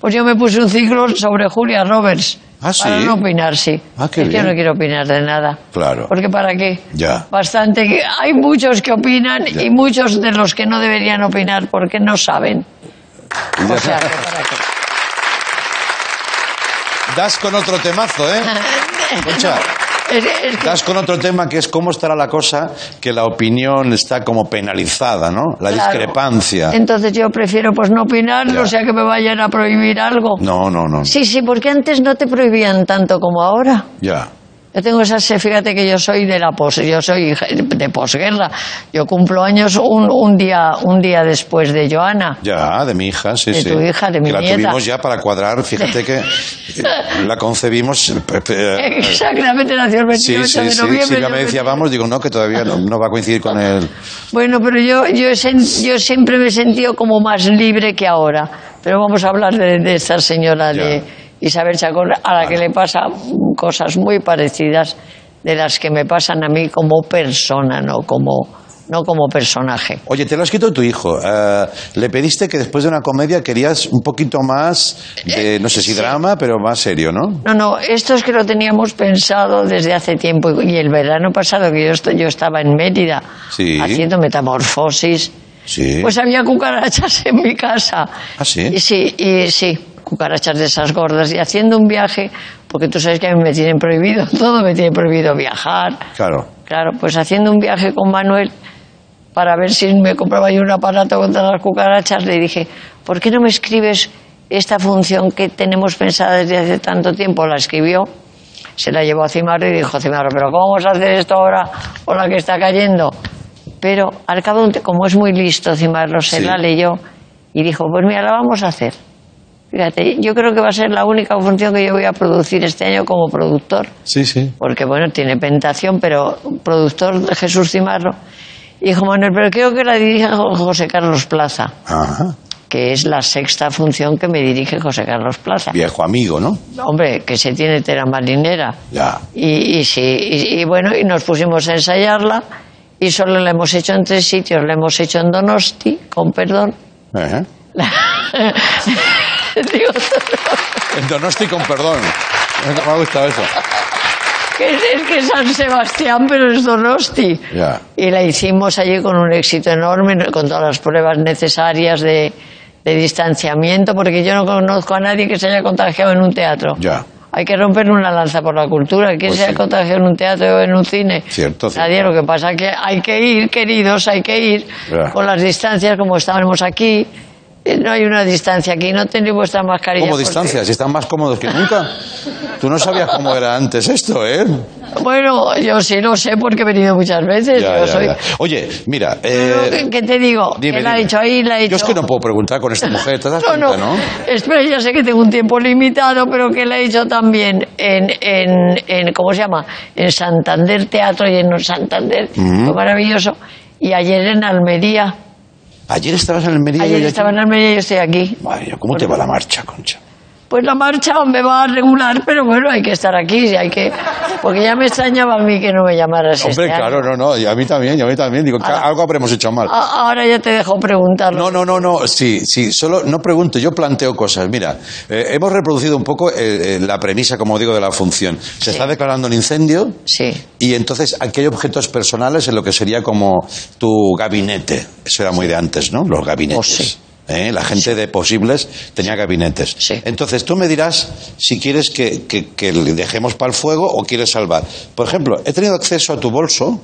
G: pues yo me puse un ciclo sobre Julia Roberts.
B: Ah, ¿sí?
G: Para no opinar, sí.
B: Ah, qué
G: Es que
B: bien.
G: Yo no quiero opinar de nada.
B: Claro.
G: Porque ¿para qué?
B: Ya.
G: Bastante. que- Hay muchos que opinan
B: Ya.
G: y muchos de los que no deberían opinar porque no saben. O sea, que ¿para qué?
B: Das con otro temazo, ¿eh? Concha.
G: Es, es que-
B: Estás con otro tema que es cómo estará la cosa, que la opinión está como penalizada, ¿no? La
G: Claro.
B: discrepancia.
G: Entonces yo prefiero pues no opinar,
B: Ya.
G: no sea que me vayan a prohibir algo.
B: No, no, no.
G: Sí, sí, porque antes no te prohibían tanto como ahora.
B: Ya.
G: Yo tengo esas, fíjate que yo soy de la pos, yo soy hija- de posguerra. Yo cumplo años un, un día un día después de Joana.
B: Ya, de mi hija, sí,
G: De
B: sí.
G: tu hija, de mi
B: que la
G: nieta.
B: tuvimos ya para cuadrar, fíjate que eh, la concebimos. pe- pe-
G: Exactamente nació el
B: Sí,
G: 28
B: sí,
G: de
B: sí.
G: noviembre.
B: Silvia
G: yo
B: me
G: el
B: decía, vamos, digo, no, que todavía no, no va a coincidir con él.
G: Bueno, pero yo, yo, he sen- yo siempre me he sentido como más libre que ahora. Pero vamos a hablar de, de esta señora
B: Ya.
G: de Isabel Chacón, a la que le pasa cosas muy parecidas de las que me pasan a mí como persona, no como, no como personaje.
B: Oye, te lo ha escrito tu hijo. Eh, le pediste que después de una comedia querías un poquito más
G: Eh,
B: de, no sé si drama, pero más serio, ¿no?
G: No, no, esto es que lo teníamos pensado desde hace tiempo y el verano pasado que yo, est- yo estaba en Mérida
B: Sí.
G: haciendo metamorfosis,
B: Sí.
G: pues había cucarachas en mi casa.
B: ¿Ah, sí?
G: Y sí, y sí, cucarachas de esas gordas y haciendo un viaje, porque tú sabes que a mí me tienen prohibido todo, me tienen prohibido viajar.
B: Claro.
G: Claro, pues haciendo un viaje con Manuel para ver si me compraba yo un aparato contra las cucarachas, le dije, ¿por qué no me escribes esta función que tenemos pensada desde hace tanto tiempo? La escribió, se la llevó a Cimarro y dijo, Cimarro, ¿pero cómo vamos a hacer esto ahora con la que está cayendo? Pero al cabo, de un tie- como es muy listo, Cimarro se
B: Sí.
G: la leyó y dijo, pues mira, la vamos a hacer. Fíjate, yo creo que va a ser la única función que yo voy a producir este año como productor
B: Sí, sí.
G: porque bueno, tiene pentación, pero productor de Jesús Cimarro. Y dijo Manuel, pero creo que la dirige Jo- José Carlos Plaza,
B: Ajá.
G: que es la sexta función que me dirige José Carlos Plaza.
B: Viejo amigo, ¿no?
G: Hombre, que se tiene tela marinera.
B: Ya.
G: Y, y sí, y, y bueno, y nos pusimos a ensayarla y solo la hemos hecho en tres sitios. La hemos hecho en Donosti, con perdón.
B: Ajá.
G: Digo,
B: En Donosti con perdón. Me ha gustado eso.
G: que es, es que es San Sebastián, pero es Donosti.
B: Ya.
G: Y la hicimos allí con un éxito enorme, con todas las pruebas necesarias de, de distanciamiento, porque yo no conozco a nadie que se haya contagiado en un teatro.
B: Ya.
G: Hay que romper una lanza por la cultura. ¿Quién
B: Pues
G: se
B: sí.
G: ha contagiado en un teatro o en un cine?
B: Cierto,
G: Nadie. Lo que pasa es que hay que ir, queridos, hay que ir
B: Ya.
G: con las distancias como estábamos aquí. Eh, No hay una distancia aquí, no tenéis vuestras mascarillas.
B: ¿Cómo
G: porque-
B: distancias? Están más cómodos que nunca. Tú no sabías cómo era antes esto, ¿eh?
G: Bueno, yo sí lo sé porque he venido muchas veces.
B: Ya,
G: yo
B: ya,
G: soy...
B: ya. Oye, mira.
G: Pero,
B: Eh,
G: ¿qué- ¿Qué te digo?
B: dime,
G: que la ha
B: dime.
G: hecho ahí, la ha hecho.
B: Yo es que no puedo preguntar con esta mujer, ¿te das
G: No,
B: cuenta,
G: no.
B: no?
G: Espera, ya sé que tengo un tiempo limitado, pero que la he hecho también en, en, en- ¿cómo se llama? En Santander Teatro y en Santander.
B: Mm.
G: Fue maravilloso. Y ayer en Almería.
B: Ayer estabas en el Merida.
G: Ayer estaba en Almería y yo estoy aquí.
B: María, ¿cómo te va la marcha, Concha?
G: Pues la marcha me va a regular, pero bueno, hay que estar aquí, y hay que... Porque ya me extrañaba a mí que no me llamaras
B: Hombre,
G: este año.
B: claro, no, no, y a mí también, y a mí también. Digo,
G: Ahora-
B: algo habremos hecho mal.
G: A- Ahora ya te dejo preguntarlo.
B: No, no, no, no, sí, sí, solo no pregunto, yo planteo cosas. Mira, eh, hemos reproducido un poco eh, eh, la premisa, como digo, de la función. Se está declarando un incendio
G: Sí.
B: y entonces aquí hay objetos personales en lo que sería como tu gabinete. Eso era muy de antes, ¿no? Los gabinetes.
G: Oh, sí.
B: ¿Eh? La gente de posibles tenía gabinetes.
G: Sí.
B: Entonces tú me dirás si quieres que, que- que le dejemos para el fuego o quieres salvar. Por ejemplo, he tenido acceso a tu bolso,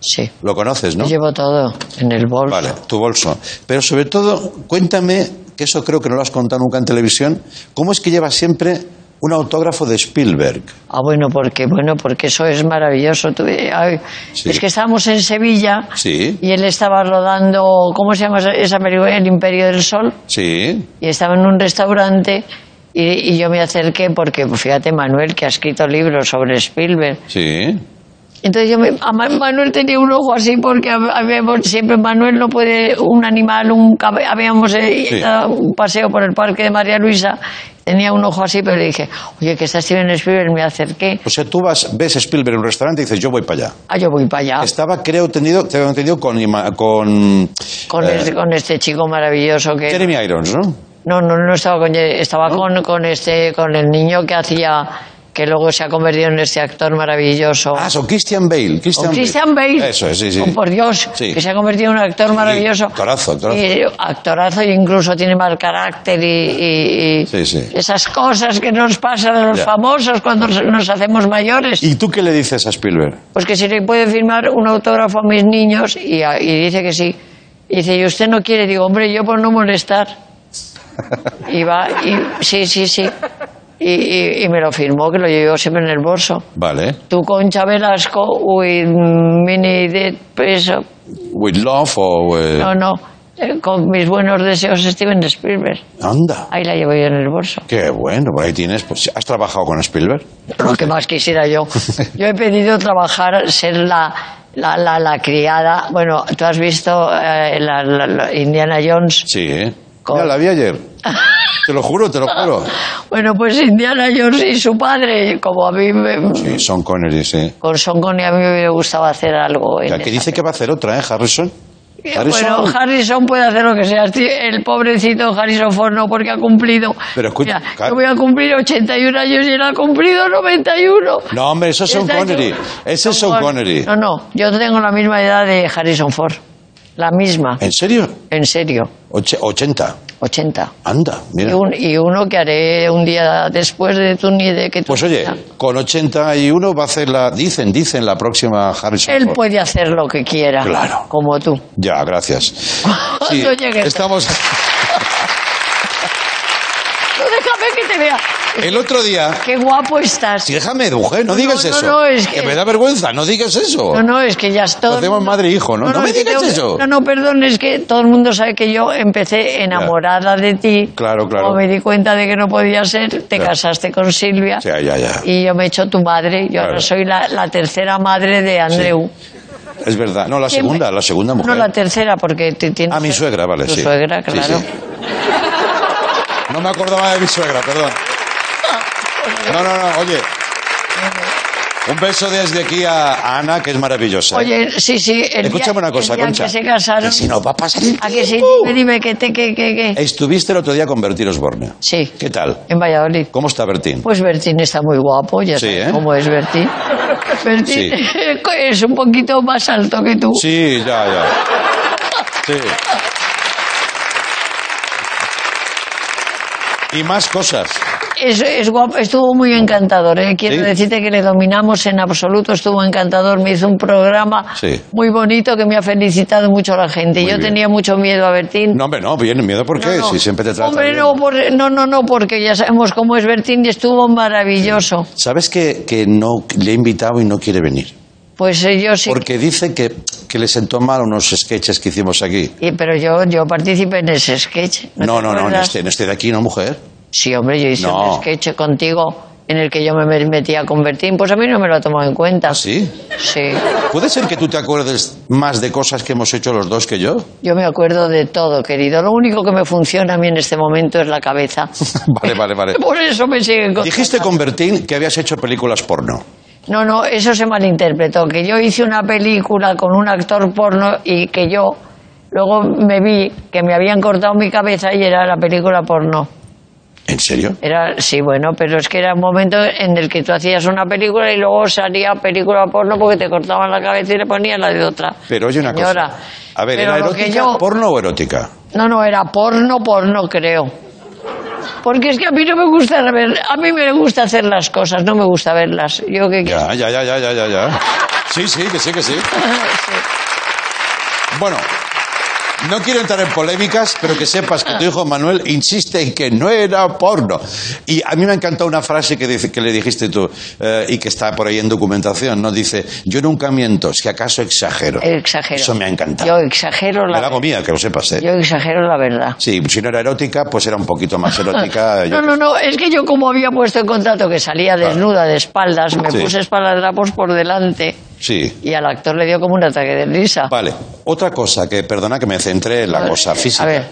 G: Sí.
B: lo conoces, ¿no?
G: Llevo todo en el bolso.
B: Vale, tu bolso. Pero sobre todo, cuéntame, que eso creo que no lo has contado nunca en televisión, ¿cómo es que llevas siempre un autógrafo de Spielberg?
G: Ah, bueno, porque bueno, porque eso es maravilloso. Tú, eh, ay,
B: Sí.
G: Es que estábamos en Sevilla
B: Sí.
G: y él estaba rodando, ¿cómo se llama esa- esa película? El Imperio del Sol.
B: Sí.
G: Y estaba en un restaurante y, y yo me acerqué porque, pues, fíjate, Manuel, que ha escrito libros sobre Spielberg.
B: Sí.
G: Entonces yo me- a Ma- Manuel tenía un ojo así porque hab- habíamos- siempre Manuel no puede un animal, un cabe- habíamos eh,
B: Sí.
G: dado un paseo por el parque de María Luisa, tenía un ojo así, pero le dije, oye, que está Steven Spielberg, me acerqué.
B: O sea, tú vas, ves Spielberg en un restaurante y dices, yo voy para allá.
G: Ah, yo voy para allá.
B: Estaba, creo, tenido, tengo entendido con, ima- con
G: Con,
B: eh,
G: este, con este chico maravilloso que...
B: Jeremy Irons, ¿no?
G: No, no, no estaba con... Ye- Estaba con, con, este, con el niño que hacía que luego se ha convertido en este actor maravilloso.
B: Ah, son Christian Bale.
G: O
B: Christian,
G: Christian Bale.
B: Eso es, sí, sí.
G: Oh, por Dios,
B: Sí.
G: que se ha convertido en un actor maravilloso.
B: actorazo, actorazo.
G: Y, actorazo, y incluso tiene mal carácter y, y- y
B: Sí, sí.
G: esas cosas que nos pasan a los
B: Ya.
G: famosos cuando nos- nos hacemos mayores.
B: ¿Y tú qué le dices a Spielberg?
G: Pues que si le puede firmar un autógrafo a mis niños y, a- y dice que sí. Y dice, ¿y usted no quiere? Digo, hombre, yo por no molestar. Y va, y, sí, sí, sí. Y, y- y me lo firmó, que lo llevo siempre en el bolso.
B: Vale.
G: Tú, Concha Velasco, with mini de eso.
B: With love o... eh,
G: No, no. eh, Con mis buenos deseos, Steven Spielberg.
B: Anda.
G: Ahí la llevo yo en el bolso.
B: Qué bueno, por ahí tienes. Pues, ¿Has trabajado con Spielberg?
G: Lo que más quisiera yo. Yo he pedido trabajar, ser la, la, la, la criada. Bueno, tú has visto eh, la, la- la Indiana Jones.
B: Sí, ¿eh?
G: Con-
B: Ya la vi ayer. Te lo juro, te lo juro.
G: Bueno, pues Indiana Jones y su padre, como a mí me-
B: Sí, Son Connery, sí.
G: con Sean Connery a mí me hubiera gustado hacer algo. en
B: Ya que
G: esa
B: dice que va a hacer otra, ¿eh, Harrison?
G: Eh, Bueno, Harrison puede hacer lo que sea. Esti- El pobrecito Harrison Ford no, porque ha cumplido.
B: Pero escucha,
G: Mira,
B: Car-
G: yo voy a cumplir 81 años y él ha cumplido 91.
B: No, hombre, eso es Sean
G: Está
B: Connery.
G: hecho-
B: Ese es Sean Connery.
G: No, no, yo tengo la misma edad de Harrison Ford. La misma,
B: ¿En serio?
G: en serio,
B: Oche- 80.
G: 80.
B: Anda,
G: Y,
B: mira.
G: un- y uno que haré un día después de tu ni de que tú.
B: Pues oye, con 81 va a hacer la. Dicen, dicen la próxima Harrison.
G: Él
B: Ford.
G: puede hacer lo que quiera.
B: pues- Claro.
G: Como tú.
B: Ya, gracias. Sí,
G: Cuando llegues.
B: estamos.
G: No, déjame que te vea.
B: El otro día.
G: Qué guapo estás.
B: Sí, déjame, mujer, no digas
G: no,
B: eso.
G: no, es que-
B: me da vergüenza, no digas eso.
G: No, no, es que ya estoy.
B: Lo hacemos madre e hijo, ¿no? No me
G: es que
B: digas
G: tengo-
B: eso.
G: No, no, perdón, es que todo el mundo sabe que yo empecé enamorada de ti.
B: Claro, claro.
G: Cuando me di cuenta de que no podía ser, te
B: Ya.
G: casaste con Silvia.
B: O sea, ya, ya.
G: Y yo me he hecho tu madre. Yo
B: Claro.
G: ahora soy la, la tercera madre de Andreu.
B: Es verdad. No, la
G: ¿Quién
B: segunda,
G: me-
B: la segunda mujer.
G: No, la tercera, porque te tienes.
B: Ah, mi suegra, vale,
G: tu
B: sí.
G: suegra,
B: Sí,
G: claro.
B: sí. No me acordaba de mi suegra, perdón. No, no, no, oye. Un beso desde aquí a a Ana, que es maravillosa. ¿eh?
G: Oye, sí, sí. el día-
B: Escúchame una cosa,
G: el día
B: Concha.
G: que se casaron.
B: Que si ¡Uh! nos va a pasar el
G: ¿A que sí?
B: tiempo.
G: Dime, dime, que te, que, que, que.
B: Estuviste el otro día con Bertín Osborne.
G: Sí.
B: ¿Qué tal?
G: En Valladolid.
B: ¿Cómo está Bertín?
G: Pues Bertín está muy guapo, ya
B: Sí,
G: sabes
B: ¿eh?
G: cómo es Bertín. Bertín
B: Sí.
G: es un poquito más alto que tú.
B: Sí, ya, ya. Sí. Y más cosas.
G: Es, es guapo, estuvo muy encantador, ¿eh? quiero
B: Sí.
G: decirte que le dominamos en absoluto, estuvo encantador, me hizo un programa
B: Sí.
G: muy bonito que me ha felicitado mucho la gente. Yo
B: bien.
G: tenía mucho miedo a Bertín.
B: No, hombre, no, bien, miedo, ¿por qué?
G: No, no.
B: Si siempre te trata
G: Hombre,
B: bien.
G: no, por- no, no, no, porque ya sabemos cómo es Bertín y estuvo maravilloso.
B: ¿Sabes que, que no le he invitado y no quiere venir?
G: Pues eh, yo sí.
B: Porque dice que, que le sentó mal unos sketches que hicimos aquí.
G: Y- pero yo, yo participé en ese sketch.
B: No,
G: te
B: no, no, en
G: acuerdas?
B: este, en este de aquí, ¿no, mujer?
G: Sí, hombre, yo hice
B: No.
G: un sketch contigo en el que yo me metía con Bertín. Pues a mí no me lo ha tomado en cuenta.
B: ¿Ah, sí?
G: Sí.
B: ¿Puede ser que tú te acuerdes más de cosas que hemos hecho los dos que yo?
G: Yo me acuerdo de todo, querido. Lo único que me funciona a mí en este momento es la cabeza.
B: Vale, vale, vale.
G: Por eso me siguen con...
B: Dijiste con Bertín que habías hecho películas porno.
G: No, no, eso se malinterpretó. Que yo hice una película con un actor porno y que yo luego me vi que me habían cortado mi cabeza y era la película porno.
B: ¿En serio?
G: Era, sí, bueno, pero es que era un momento en el que tú hacías una película y luego salía película porno porque te cortaban la cabeza y le ponían la de otra.
B: Pero oye una
G: Señora,
B: cosa. A ver,
G: pero
B: ¿era
G: lo que
B: erótica,
G: yo-
B: porno o erótica?
G: No, no, era porno, porno, creo. Porque es que a mí no me gusta ver, a mí me gusta hacer las cosas, no me gusta verlas. Yo que
B: Ya, ya, ya, ya, ya, ya, ya. Sí, sí, que sí, que sí. Bueno, no quiero entrar en polémicas, pero que sepas que tu hijo Manuel insiste en que no era porno. Y a mí me ha encantado una frase que, dice- que le dijiste tú eh, y que está por ahí en documentación, ¿no? Dice, yo nunca miento, si acaso exagero.
G: exagero.
B: Eso me ha encantado.
G: Yo exagero
B: Me la
G: la,
B: hago mía, que lo sepas, ¿eh?
G: yo exagero la verdad.
B: Sí, si no era erótica, pues era un poquito más erótica. Ah, yo
G: No, no,
B: qué
G: no, es que yo como había puesto en contrato que salía desnuda de espaldas, me
B: Sí.
G: puse espaldadrapos por delante
B: sé. Sí.
G: y al actor le dio como un ataque de risa.
B: Vale, otra cosa que, perdona que me centré en la
G: A ver,
B: cosa física.
G: a ver.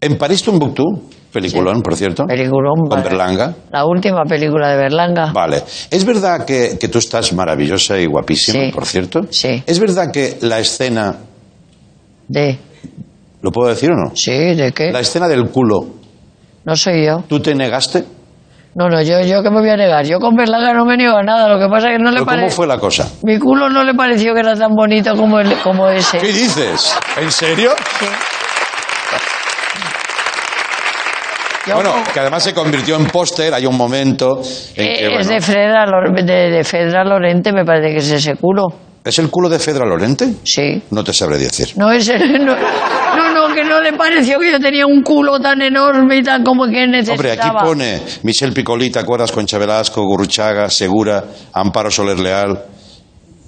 B: En París Tumbuctú, peliculón, por cierto.
G: Peliculón,
B: Con
G: vale.
B: Berlanga.
G: La última película de Berlanga.
B: Vale. ¿Es verdad que, que tú estás maravillosa y guapísima,
G: Sí.
B: por cierto?
G: Sí.
B: ¿Es verdad que la escena,
G: De,
B: lo puedo decir o no?
G: sí, ¿de qué?
B: La escena del culo,
G: No soy yo.
B: ¿tú te negaste?
G: No, no, yo, yo que me voy a negar. Yo con Berlanga no me niego a nada. Lo que pasa es que no le
B: Pero ¿Cómo
G: parece.
B: fue la cosa?
G: Mi culo no le pareció que era tan bonito como, el, como ese.
B: ¿Qué dices? ¿En serio?
G: Yo
B: bueno,
G: como-
B: que además se convirtió en póster. Hay un momento en
G: Eh,
B: que,
G: es
B: bueno,
G: de Fedra, Lor- de, de Fedra Lorente, me parece que es ese culo.
B: ¿Es el culo de Fedra Lorente?
G: Sí.
B: No te sabré decir.
G: No, es el- no, no, no, que no le pareció que yo tenía un culo tan enorme y tan como que
B: Hombre,
G: necesitaba.
B: aquí pone Michel Picolita, acuerdas con Velasco, Gurruchaga, Segura, Amparo Soler Leal.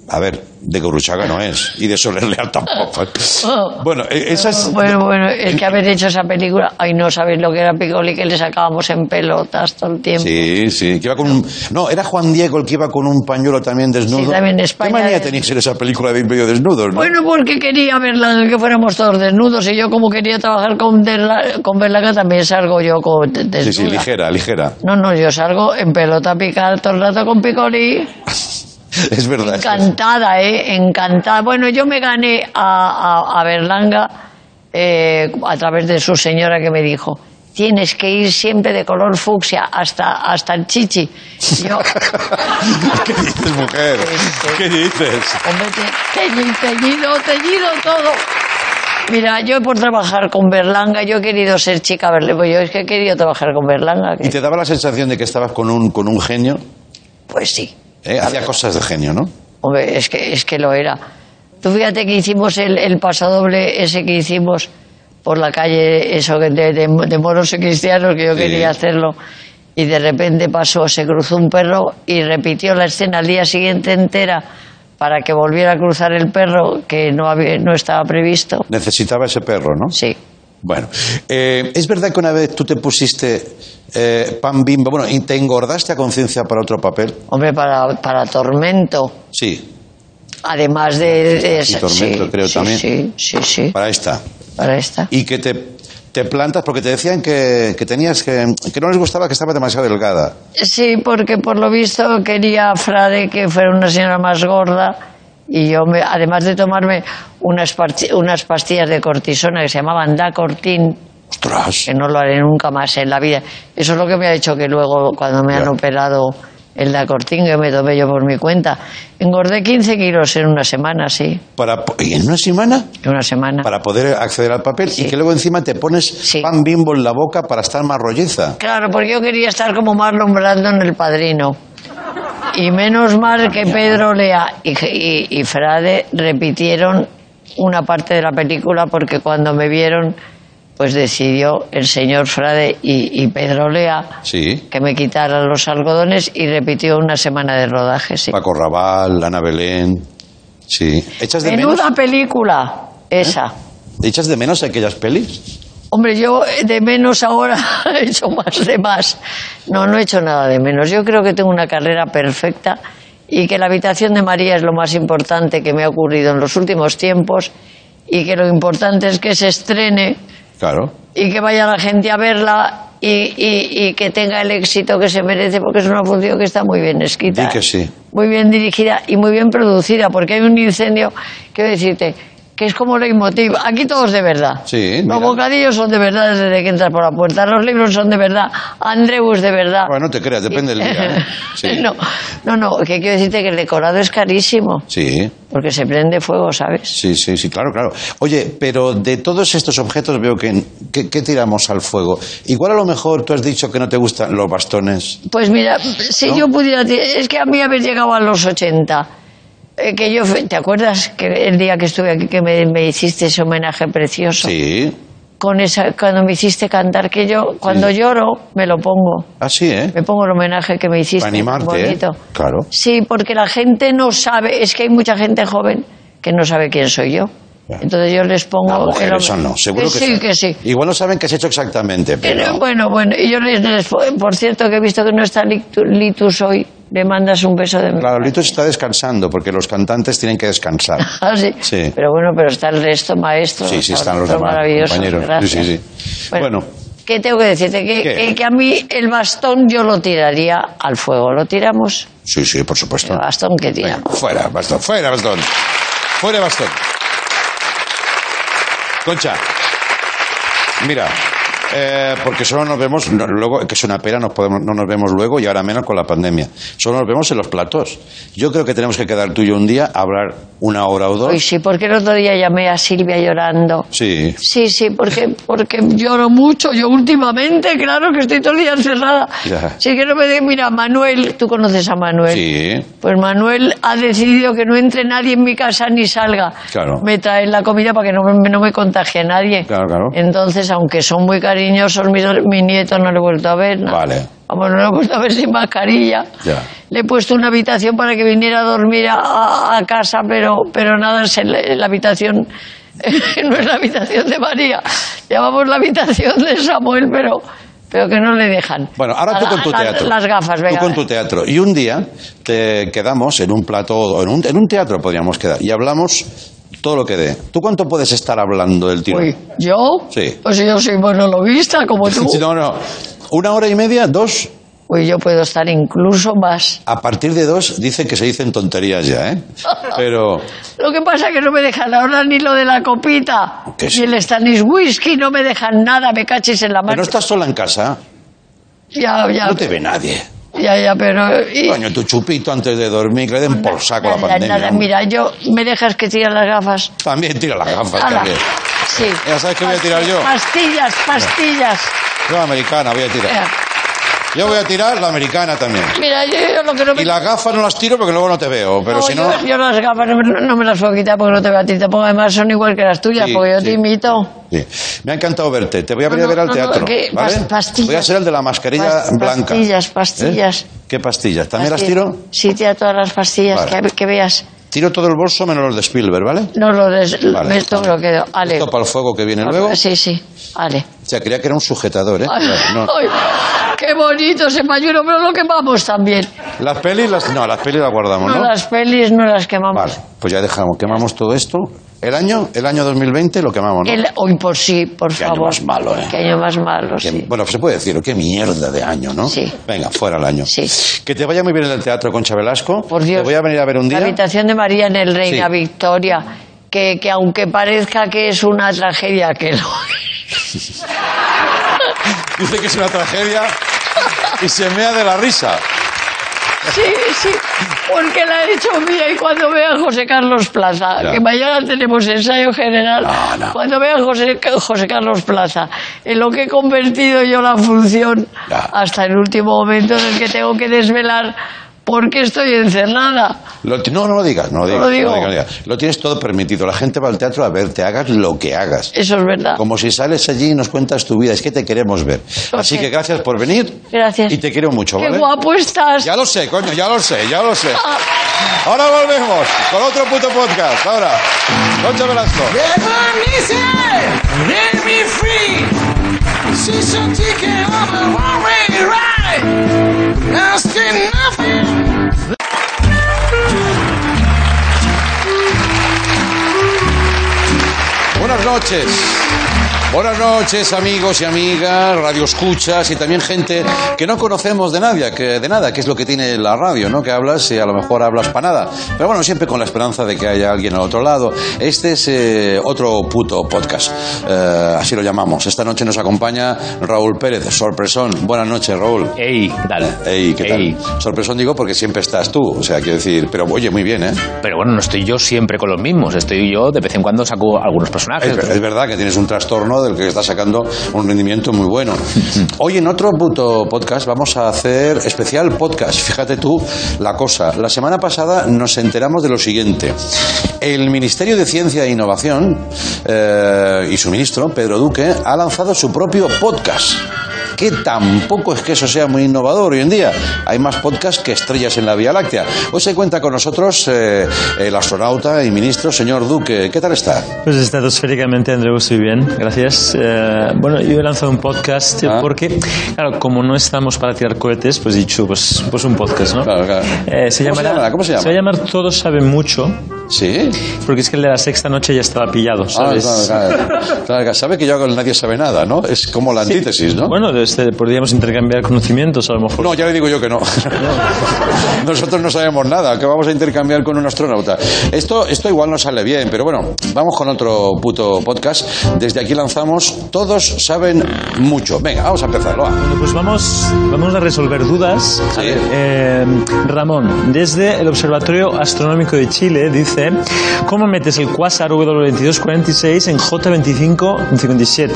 B: A ver, de Gurruchaga no es, y de Soler Leal tampoco. Bueno, eh, esa es.
G: Oh. Bueno, bueno, el que haber hecho esa película, ay, no sabéis lo que era Picoli, que le sacábamos en pelotas todo el tiempo.
B: Sí, sí, que iba con un... No, era Juan Diego el que iba con un pañuelo también desnudo.
G: Sí, también España
B: ¿Qué manía
G: es-
B: tenéis en esa película de medio desnudos, no?
G: Bueno, porque quería verla, que fuéramos todos desnudos, y yo como quería trabajar con, Berla- con Berlanga, también salgo yo con de- desnuda.
B: sí, sí, ligera, ligera.
G: No, no, yo salgo en pelota picada todo el rato con Picoli.
B: Es verdad.
G: Encantada, ¿eh? Encantada. Bueno, yo me gané a, a- a Berlanga eh, a través de su señora que me dijo, tienes que ir siempre de color fucsia hasta, hasta el chichi. Y Yo,
B: ¿Qué dices, mujer?
G: Sí, sí.
B: ¿Qué dices?
G: hombre, te- teñi- teñido, teñido todo. Mira, yo por trabajar con Berlanga, yo he querido ser chica Berlanga, yo es que he querido trabajar con Berlanga. que-
B: ¿Y te daba la sensación de que estabas con un, con un genio?
G: Pues sí.
B: ¿Eh? Hacía cosas de genio, ¿no?
G: Hombre, es que, es que lo era. Tú fíjate que hicimos el, el pasodoble ese que hicimos por la calle, eso que de, de, de moros y cristianos, que yo
B: Sí.
G: quería hacerlo. Y de repente pasó, se cruzó un perro y repitió la escena al día siguiente entera para que volviera a cruzar el perro, que no, había, no estaba previsto.
B: Necesitaba ese perro, ¿no?
G: Sí.
B: Bueno, eh, es verdad que una vez tú te pusiste eh, pan bimbo, bueno, y te engordaste a conciencia para otro papel.
G: Hombre, para, para tormento.
B: Sí,
G: Además de... de-
B: Y Tormento,
G: sí,
B: creo,
G: sí,
B: también.
G: Sí, sí, sí.
B: para esta.
G: Para esta.
B: Y que te, te plantas porque te decían que, que tenías que, que no les gustaba que estaba demasiado delgada.
G: Sí, porque por lo visto quería a Frade que fuera una señora más gorda y yo, me- además de tomarme unas, parti- unas pastillas de cortisona que se llamaban Dacortin,
B: ¡Ostras!
G: que no lo haré nunca más en la vida. Eso es lo que me ha hecho que luego, cuando me han
B: Ya.
G: operado el Dacortin, que me tomé yo por mi cuenta, engordé 15 kilos en una semana, sí,
B: Para, po- ¿Y en una semana?
G: en una semana.
B: Para poder acceder al papel y que luego encima te pones
G: Sí.
B: pan bimbo en la boca para estar más rolleza.
G: Claro, porque yo quería estar como Marlon Brando en El Padrino. Y menos mal que Pedro Lea y, y- y Frade repitieron una parte de la película porque cuando me vieron, pues decidió el señor Frade y, y Pedro Lea
B: Sí.
G: que me quitaran los algodones y repitió una semana de rodaje, sí.
B: Paco Raval, Ana Belén. Sí. ¿Echas de, menos, ¿Eh?
G: Menuda película esa.
B: ¿Echas de menos aquellas pelis?
G: Hombre, yo eh, de menos ahora he hecho más de más. No, no he hecho nada de menos. Yo creo que tengo una carrera perfecta y que la habitación de María es lo más importante que me ha ocurrido en los últimos tiempos y que lo importante es que se estrene
B: Claro.
G: y que vaya la gente a verla y, y- y que tenga el éxito que se merece porque es una función que está muy bien escrita.
B: Di que sí.
G: Muy bien dirigida y muy bien producida porque hay un incendio, quiero decirte, que es como leitmotiv. Aquí todos de verdad.
B: Sí,
G: Los
B: mira.
G: bocadillos son de verdad desde que entras por la puerta. Los libros son de verdad. Andreu es de verdad.
B: Bueno, no te creas, depende del día. ¿eh? Sí.
G: Ah, no, no, no, que quiero decirte que el decorado es carísimo
B: Sí.
G: porque se prende fuego, ¿sabes?
B: Sí, sí, sí, claro, claro. Oye, pero de todos estos objetos veo que, que, que tiramos al fuego. Igual a lo mejor tú has dicho que no te gustan los bastones.
G: Pues mira, si yo pudiera... Es que a mí haber llegado a los 80, eh, que yo... ¿Te acuerdas que el día que estuve aquí que me, me hiciste ese homenaje precioso?
B: Sí.
G: Con esa, cuando me hiciste cantar, que yo cuando lloro me lo pongo.
B: Así, ¿eh?
G: Me pongo el homenaje que me hiciste.
B: Para
G: tan
B: animarte, ¿eh?
G: bonito.
B: Claro.
G: Sí, porque la gente no sabe, es que hay mucha gente joven que no sabe quién soy yo.
B: Ya.
G: Entonces yo les pongo...
B: No, mujer,
G: el home-
B: eso no, seguro que,
G: sí.
B: sí.
G: Que sí.
B: Igual no saben qué has hecho exactamente,
G: Pero,
B: pero...
G: bueno, bueno, y yo les, les- por cierto que he visto que no está Litu- Litus hoy, le mandas un beso de mi
B: Claro,
G: parte.
B: Lito se está descansando porque los cantantes tienen que descansar.
G: Ah, sí.
B: Sí.
G: Pero bueno, pero está el resto maestro.
B: Sí, sí, están los
G: otro
B: demás
G: maravilloso,
B: compañeros. Sí,
G: gracias.
B: sí, sí. Bueno.
G: ¿Qué tengo que decirte? Que,
B: ¿Qué?
G: que- que a mí el bastón yo lo tiraría al fuego. ¿Lo tiramos?
B: Sí, sí, por supuesto.
G: El bastón que
B: Ah, Venga,
G: tiramos.
B: fuera, bastón, fuera, bastón. Fuera, bastón. Concha, mira, eh, porque solo nos vemos no, luego, que es una pena, nos podemos, no nos vemos luego y ahora menos con la pandemia. Solo nos vemos en los platos. Yo creo que tenemos que quedar tú y yo un día a hablar una hora o dos.
G: Pues sí, porque el otro día llamé a Silvia llorando.
B: Sí.
G: Sí, sí, porque, porque lloro mucho. Yo últimamente, claro, que estoy todo el día encerrada.
B: Ya.
G: Si quiero me di- mira, Manuel, tú conoces a Manuel.
B: Sí.
G: Pues Manuel ha decidido que no entre nadie en mi casa ni salga.
B: Claro.
G: Me traen la comida para que no me, no me contagie nadie.
B: Claro, claro.
G: Entonces, aunque son muy cariñosos, mi, mi nieto no le he vuelto a ver. nada.
B: Vale.
G: Vamos, no lo he puesto a ver sin mascarilla.
B: Ya.
G: Le he puesto una habitación para que viniera a dormir a, a casa, pero, pero nada, es en la, en la habitación. no es la habitación de María. Llamamos la habitación de Samuel, pero, pero que no le dejan.
B: Bueno, ahora tú
G: A-
B: con tu
G: a- las-
B: teatro.
G: Las gafas, venga.
B: Tú con tu teatro. Y un día te quedamos en un plato, o en un, en un teatro podríamos quedar, y hablamos todo lo que dé. ¿Tú cuánto puedes estar hablando del tiro?
G: Uy, ¿Yo?
B: Sí.
G: Pues yo soy monologuista, como tú.
B: No, no. ¿Una hora y media? ¿Dos?
G: Uy, yo puedo estar incluso más.
B: A partir de dos dicen que se dicen tonterías ya, ¿eh? Pero...
G: Lo que pasa es que no me dejan ahora ni lo de la copita,
B: ¿Qué es?
G: ni el Stanis Whisky, no me dejan nada, me cachis en la
B: pero
G: mano.
B: no estás sola en casa,
G: Ya, ya,
B: no te ve nadie.
G: ya, ya, pero... y-
B: Coño, tu chupito antes de dormir, que le den por saco la
G: Nada,
B: pandemia.
G: nada,
B: hombre.
G: mira, yo... ¿Me dejas que tire las gafas?
B: También tira las gafas,
G: Ala,
B: también.
G: Sí.
B: Ya sabes que voy a tirar yo.
G: Pastillas, pastillas.
B: Yo americana voy a tirar.
G: Mira,
B: Yo voy a tirar la americana también.
G: Mira, yo, yo lo que no me...
B: Y las gafas no las tiro porque luego no te veo, pero
G: No,
B: si no...
G: Yo, yo las gafas no, me- no me las puedo quitar porque no te veo a ti tampoco. Además son igual que las tuyas
B: Sí,
G: porque yo
B: sí.
G: te imito.
B: Sí. Me ha encantado verte. Te voy a venir
G: No,
B: a ver
G: no,
B: al
G: no, no,
B: teatro.
G: que pas-
B: ¿vale?
G: pastillas.
B: Voy a ser el de la mascarilla
G: Pas-
B: blanca.
G: pastillas,
B: ¿Eh?
G: pastillas.
B: ¿Qué pastillas? ¿También
G: Así-
B: las tiro?
G: Sí, tira todas las pastillas
B: Vale.
G: que, que veas.
B: Tiro todo el bolso menos los de Spielberg, ¿vale?
G: No lo des,
B: Vale.
G: esto me lo quedo. Ale.
B: Esto para el fuego que viene luego. O
G: Sí, sí, Ale.
B: sea, creía que era un sujetador, ¿eh? No.
G: Ay, qué bonito ese mayuno, pero lo quemamos también.
B: Las pelis, las... no, las pelis las guardamos,
G: No
B: ¿no?
G: las pelis, no las quemamos.
B: Vale, pues ya dejamos, quemamos todo esto. El año, el año 2020 lo quemamos, ¿no?
G: El- hoy por sí, por
B: Qué año
G: favor.
B: más malo, ¿eh?
G: Qué año más malo,
B: Qué-
G: sí.
B: Bueno, se puede decir, qué mierda de año, ¿no?
G: Sí.
B: Venga, fuera el año.
G: Sí.
B: Que te vaya muy bien en el teatro, Concha Velasco.
G: Por Dios.
B: Te voy a venir a ver un día.
G: La habitación de María en el Reina
B: Sí.
G: Victoria, que, que aunque parezca que es una tragedia, que lo
B: Dice que es una tragedia y se mea de la risa.
G: Sí, sí, porque la he hecho mía y cuando vea a José Carlos Plaza,
B: Ya.
G: que mañana tenemos ensayo general,
B: No, no.
G: cuando vea a José, José Carlos Plaza, en lo que he convertido yo la función
B: Ya.
G: hasta el último momento en el que tengo que desvelar por qué estoy encerrada.
B: Lo ti- no, no lo digas, no lo digas.
G: lo digo.
B: digas, digas. Lo tienes todo permitido. La gente va al teatro a verte, hagas lo que hagas.
G: Eso es verdad.
B: Como si sales allí y nos cuentas tu vida. Es que te queremos ver. Así que gracias por venir.
G: Gracias.
B: Y te quiero mucho,
G: Qué
B: ¿vale?
G: guapo Ah. estás.
B: Ya lo sé, coño, ya lo sé, ya lo sé. Ahora volvemos con otro puto podcast. Ahora, Concha Velasco. Buenas noches. Buenas noches, amigos y amigas, radioescuchas y también gente que no conocemos de nada, que, de nada, que es lo que tiene la radio, ¿no? Que hablas y a lo mejor hablas para nada. Pero bueno, siempre con la esperanza de que haya alguien al otro lado. Este es eh, otro puto podcast, eh, así lo llamamos. Esta noche nos acompaña Raúl Pérez, sorpresón. Buenas noches, Raúl.
I: Ey, ¿qué tal?
B: Ey, ¿qué tal?
I: Ey.
B: Sorpresón digo porque siempre estás tú, o sea, quiero decir, pero oye, muy bien, ¿eh?
I: Pero bueno, no estoy yo siempre con los mismos. Estoy yo de vez en cuando saco algunos personajes.
B: Es, ver- es verdad que tienes un trastorno del que estás sacando un rendimiento muy bueno. Hoy en otro puto podcast vamos a hacer especial podcast. Fíjate tú la cosa. La semana pasada nos enteramos de lo siguiente. El Ministerio de Ciencia e Innovación eh, y su ministro, Pedro Duque, ha lanzado su propio podcast que tampoco es que eso sea muy innovador hoy en día. Hay más podcasts que estrellas en la Vía Láctea. Hoy se cuenta con nosotros eh, el astronauta y ministro, señor Duque. ¿Qué tal está?
J: Pues estratosféricamente, Andreu, estoy bien, gracias. Eh, bueno, yo he lanzado un podcast eh,
B: Ah.
J: porque, claro, como no estamos para tirar cohetes, pues he dicho, pues, pues un podcast, ¿no?
B: Claro, claro.
J: Eh, se
B: ¿Cómo se
J: llamará-
B: llamará? ¿Cómo se llama?
J: va a llamar Todos Saben Mucho,
B: ¿Sí?
J: Porque es que el de la sexta noche ya estaba pillado, ¿sabes?
B: Ah, claro, claro. Claro, claro. Sabe que yo con nadie sabe nada, ¿no? Es como la antítesis, ¿no?
J: Bueno, este, podríamos intercambiar conocimientos, a lo mejor.
B: No, ya le digo yo que no. Nosotros no sabemos nada, que vamos a intercambiar con un astronauta. Esto, esto igual no sale bien, pero bueno, vamos con otro puto podcast. Desde aquí lanzamos Todos saben mucho. Venga, vamos a empezarlo. va.
J: Bueno, pues vamos, vamos a resolver dudas. A ver, eh, Ramón, desde el Observatorio Astronómico de Chile dice, ¿cómo metes el cuásar W2246 en J2557?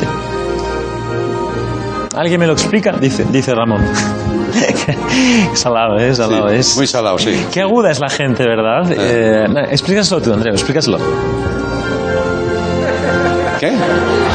J: ¿Alguien me lo explica? Dice, dice Ramón. salado, ¿eh? Salado,
B: Sí,
J: es.
B: Muy Ah. salado, sí.
J: Qué aguda es la gente, ¿verdad? Eh, no, explícaselo tú, Andreu, explícaselo.
B: ¿Qué?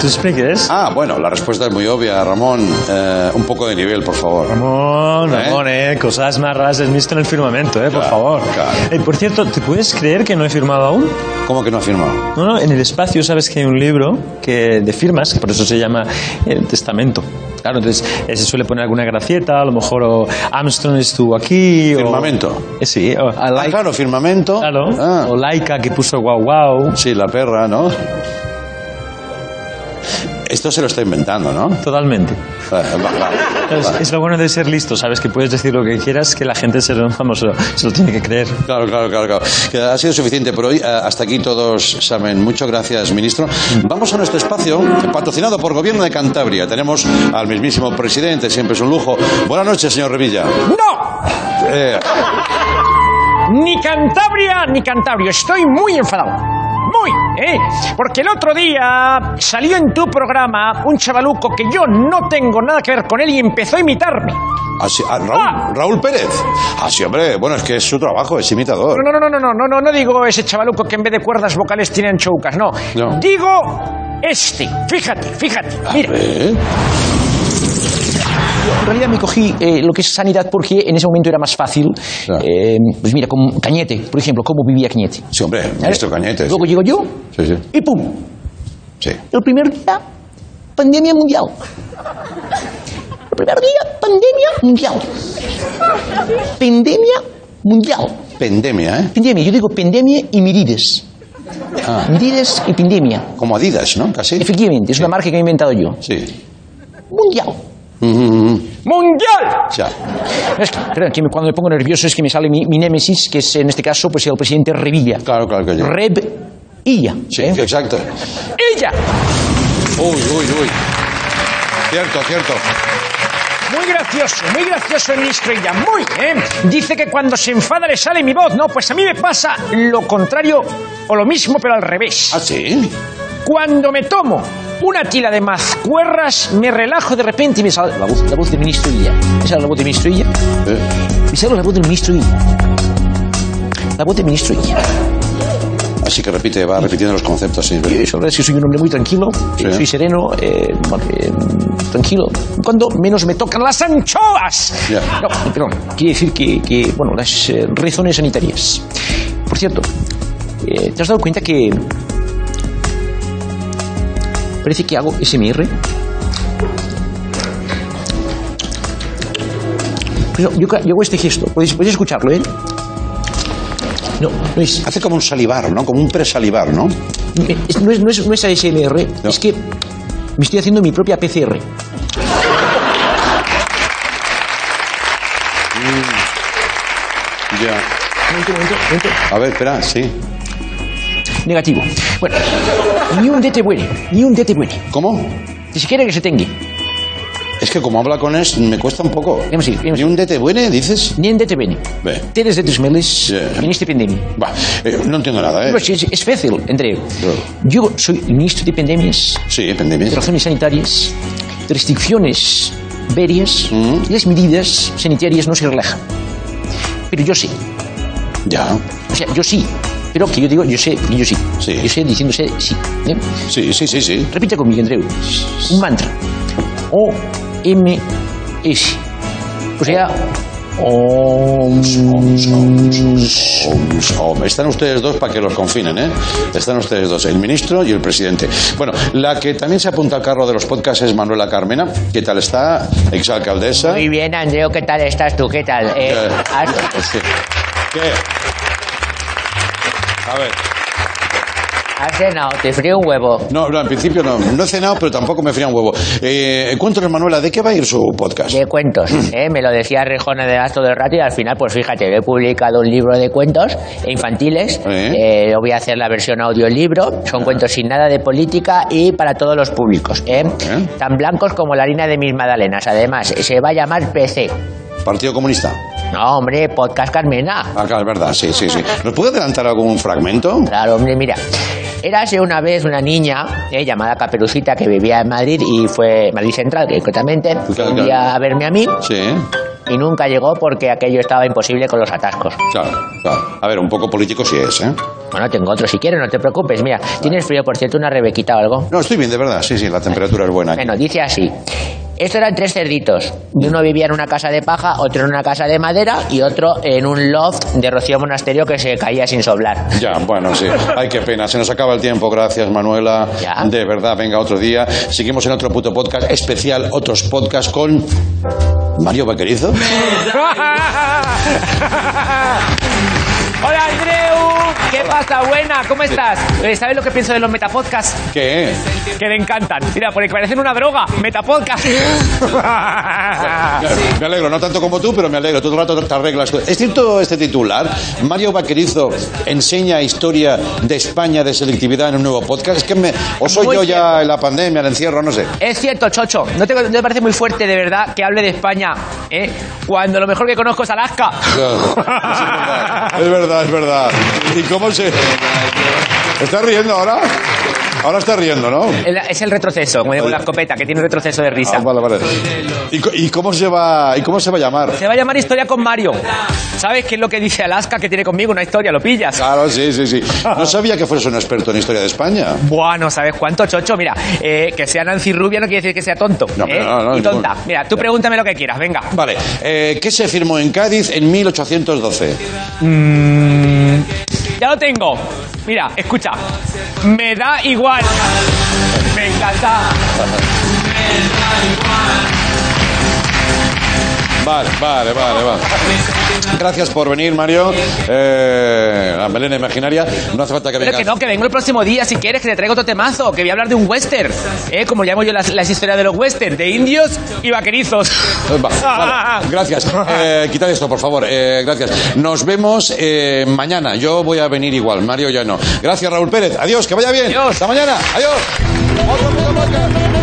J: ¿Tú expliques?
B: Ah, bueno, la respuesta es muy obvia, Ramón. Eh, un poco de nivel, por favor.
J: Ramón,
B: ¿Eh?
J: Ramón, eh, cosas más raras he visto en el firmamento, eh, por
B: Claro,
J: favor.
B: claro.
J: Eh, por cierto, ¿te puedes creer que no he firmado aún?
B: ¿Cómo que no ha firmado?
J: No, no, en el espacio sabes que hay un libro que de firmas, que por eso se llama eh, testamento. Claro, entonces eh, se suele poner alguna gracieta, a lo mejor o Armstrong estuvo aquí. o-
B: Firmamento.
J: Eh, sí, o a
B: Ah,
J: Laika,
B: claro, firmamento.
J: claro,
B: Ah.
J: o Laika que puso guau guau.
B: Sí, la perra, ¿no? Esto se lo está inventando, ¿no?
J: Totalmente.
B: Eh, va, va,
J: Es,
B: va.
J: es lo bueno de ser listo, sabes que puedes decir lo que quieras, que la gente se lo, vamos, se lo- se lo tiene que creer.
B: Claro, claro, claro, claro. Que Ha sido suficiente por hoy. Eh, Hasta aquí todos saben. Muchas gracias, ministro. Vamos a nuestro espacio, patrocinado por Gobierno de Cantabria. Tenemos al mismísimo presidente, siempre es un lujo. Buenas noches, señor Revilla.
K: ¡No!
B: Eh,
K: Ni Cantabria ni Cantabrio. Estoy muy enfadado. Muy, ¿eh? Porque el otro día salió en tu programa un chavaluco que yo no tengo nada que ver con él y empezó a imitarme.
B: así- ah, Raúl, Raúl Pérez. Ah, sí, hombre. Bueno, es que es su trabajo, es imitador.
K: No, no, no, no, no, no, no, no digo ese chavaluco que en vez de cuerdas vocales tienen choucas, no.
B: No.
K: Digo este. Fíjate, fíjate. Mira.
B: ¿Eh?
L: En realidad me cogí eh, lo que es sanidad porque en ese momento era más fácil. Eh, pues mira, con Cañete, por ejemplo, cómo vivía Cañete.
B: Sí, hombre, ministro Cañete.
L: Luego llego yo
B: Sí, sí.
L: y ¡pum!
B: Sí.
L: El primer día, pandemia mundial. El primer día, pandemia mundial. Pandemia mundial.
B: Pandemia, ¿eh?
L: Pandemia, yo digo pandemia y medidas.
B: Ah.
L: Medidas y pandemia.
B: Como Adidas, ¿no? Casi.
L: Efectivamente, es una marca que he inventado yo.
B: Sí.
L: Mundial.
B: Mm, mm, mm.
K: ¡Mundial!
B: Ya.
L: Es que, perdón, que me- cuando me pongo nervioso es que me sale mi, mi némesis, que es en este caso pues el presidente Revilla.
B: Claro, claro que yo.
L: Reb Illa.
B: Sí, exacto.
K: ¡Ella!
B: Uy, uy, uy. Cierto, cierto.
K: Muy gracioso, muy gracioso el ministro Illa, muy, ¿eh? Dice que cuando se enfada le sale mi voz, ¿no? Pues a mí me pasa lo contrario o lo mismo, pero al revés.
B: Ah, sí.
K: Cuando me tomo una tila de mazcuerras, me relajo de repente y me sale...
L: La voz, la voz del ministro Illa. Me sale la voz del ministro Illa.
B: Eh,
L: Me sale la voz del ministro Illa. La voz del ministro Illa.
B: Así que repite, va repitiendo los conceptos. Sí,
L: Yo, yo la verdad es que soy un hombre muy tranquilo,
B: Sí.
L: soy sereno, eh, bueno, eh, tranquilo. Cuando menos me tocan las anchoas.
B: Ya.
L: No, perdón, quiere decir que, que, bueno, las eh, razones sanitarias. Por cierto, eh, ¿te has dado cuenta que parece que hago SMR? No, yo, ca- yo hago este gesto, podéis, podéis escucharlo, ¿eh? No, no es...
B: Hace como un salivar, ¿no? Como un presalivar, ¿no?
L: Me- Eh, es- No es, no es, no es ASMR,
B: No.
L: es que me estoy haciendo mi propia PCR.
B: Ya. A ver, espera, sí.
L: Negativo. Bueno, ni un DT bueno, ni un DT bueno.
B: ¿Cómo?
L: Ni siquiera que se tenga.
B: Es que como habla con es, me cuesta un poco.
L: Vamos a ir, vamos a
B: ¿Ni un DT bueno, dices?
L: Ni un DT bueno.
B: Ve.
L: Tres DT meles
B: Yeah.
L: en esta pandemia.
B: Va, eh, no entiendo nada, ¿eh?
L: No, es, es- es fácil, Andreu.
B: Claro.
L: Yo soy el ministro de pandemias,
B: Sí, pandemia.
L: de razones sanitarias, de restricciones varias,
B: Mm.
L: y las medidas sanitarias no se relajan. Pero yo sí.
B: Ya.
L: O sea, yo sí. Pero que yo digo, yo sé, yo sí.
B: Sí.
L: Yo sé diciéndose sí. ¿eh?
B: Sí, sí, sí, sí.
L: Repite conmigo, Andreu. Un mantra. O-M-S. O sea,
B: Oms, oms, oms, oms, oms, oms. Están ustedes dos para que los confinen, ¿eh? Están ustedes dos, el ministro y el presidente. Bueno, la que también se apunta al carro de los podcasts es Manuela Carmena. ¿Qué tal está? Exalcaldesa.
M: Muy bien, Ah, Andreu, ¿qué tal estás tú? ¿Qué tal? Eh,
B: Eh,
M: has-
B: sí. ¿Qué? A ver.
M: ¿Has cenado? ¿Te frío un huevo?
B: No, no, en principio no. No he cenado, pero tampoco me fría un huevo. Eh, cuéntanos, Manuela, ¿de qué va a ir su podcast?
M: De cuentos. ¿eh? Me lo decía Rejona de todo el rato y al final, pues fíjate, he publicado un libro de cuentos infantiles. Eh, lo voy a hacer la versión audiolibro. Son cuentos sin nada de política y para todos los públicos. ¿eh? Tan blancos como la harina de mis magdalenas. Además, se va a llamar PC.
B: Partido Comunista.
M: No, hombre, podcast Carmena.
B: Ah, claro, es verdad, sí, sí, sí. ¿Nos puede adelantar algún fragmento?
M: Claro, hombre, mira. Érase una vez una niña eh, llamada Caperucita que vivía en Madrid y fue Madrid Central, que concretamente, que un día a verme a mí y nunca llegó porque aquello estaba imposible con los atascos.
B: Claro, claro. A ver, un poco político sí es, ¿eh?
M: Bueno, tengo otro si quieres, no te preocupes. Mira, ¿tienes frío, por cierto, una rebequita o algo?
B: No, estoy bien, de verdad. Sí, sí, la temperatura es buena. aquí.
M: Bueno, dice así. Estos eran tres cerditos. Y uno vivía en una casa de paja, otro en una casa de madera y otro en un loft de Rocío Monasterio que se caía sin soblar.
B: Ya, bueno, sí. Ay, qué pena. Se nos acaba el tiempo. Gracias, Manuela. De verdad, venga otro día. Seguimos en otro puto podcast especial, otros podcasts con Mario Vaquerizo.
N: Hola Andreu, ¿qué pasa? Buena, ¿cómo estás? Eh, ¿Sabes lo que pienso de los metapodcasts?
B: ¿Qué?
N: Que me encantan. Mira, porque parecen una droga. Metapodcast.
J: Ah,
B: Me- Me alegro, no tanto como tú, pero me alegro. Tú todo el rato te arreglas. todo. Es cierto este titular. Mario Vaquerizo enseña historia de España de selectividad en un nuevo podcast. Es que me, o soy
N: Muy
B: yo ya en la pandemia, el encierro, no sé.
N: Es cierto, Chocho. No te, no te parece muy fuerte, de verdad, que hable de España, ¿eh? Cuando lo mejor que conozco es Alaska.
B: Es verdad, es verdad. ¿Y cómo se.? ¿Estás riendo ahora? Ahora estás riendo, ¿no?
N: El- Es el retroceso, como digo, la escopeta, que tiene un retroceso de risa.
B: Ah, vale, vale. ¿Y, co- y cómo se va, ¿Y cómo se va a llamar?
N: Se va a llamar Historia con Mario. ¿Sabes qué es lo que dice Alaska que tiene conmigo? Una historia, lo pillas.
B: Claro, sí, sí, sí. No sabía que fueras un experto en historia de España.
N: Buah, no sabes cuánto, Chocho. Mira, eh, que sea Nancy Rubia no quiere decir que sea tonto.
B: No, pero
N: ¿eh?
B: no, no,
N: y tonta.
B: ningún-
N: Mira, tú pregúntame lo que quieras, venga.
B: Vale, eh, ¿qué se firmó en Cádiz en 1812?
N: Ya lo tengo. Mira, escucha. Me da igual. Me encanta.
B: Vale, vale, vale, vale. Gracias por venir, Mario. Eh, la melena imaginaria. No hace falta que
N: Pero
B: vengas.
N: que no, que vengo el próximo día si quieres, que te traigo otro temazo, que voy a hablar de un western. ¿eh? Como llamo yo las, las historias de los western, de indios y vaquerizos.
B: Eh, Va, vale, gracias. Eh, quitad esto, por favor. Eh, gracias. Nos vemos eh, mañana. Yo voy a venir igual. Mario ya no. Gracias, Raúl Pérez. Adiós, que vaya bien. Hasta mañana. Adiós. Otro puto podcast.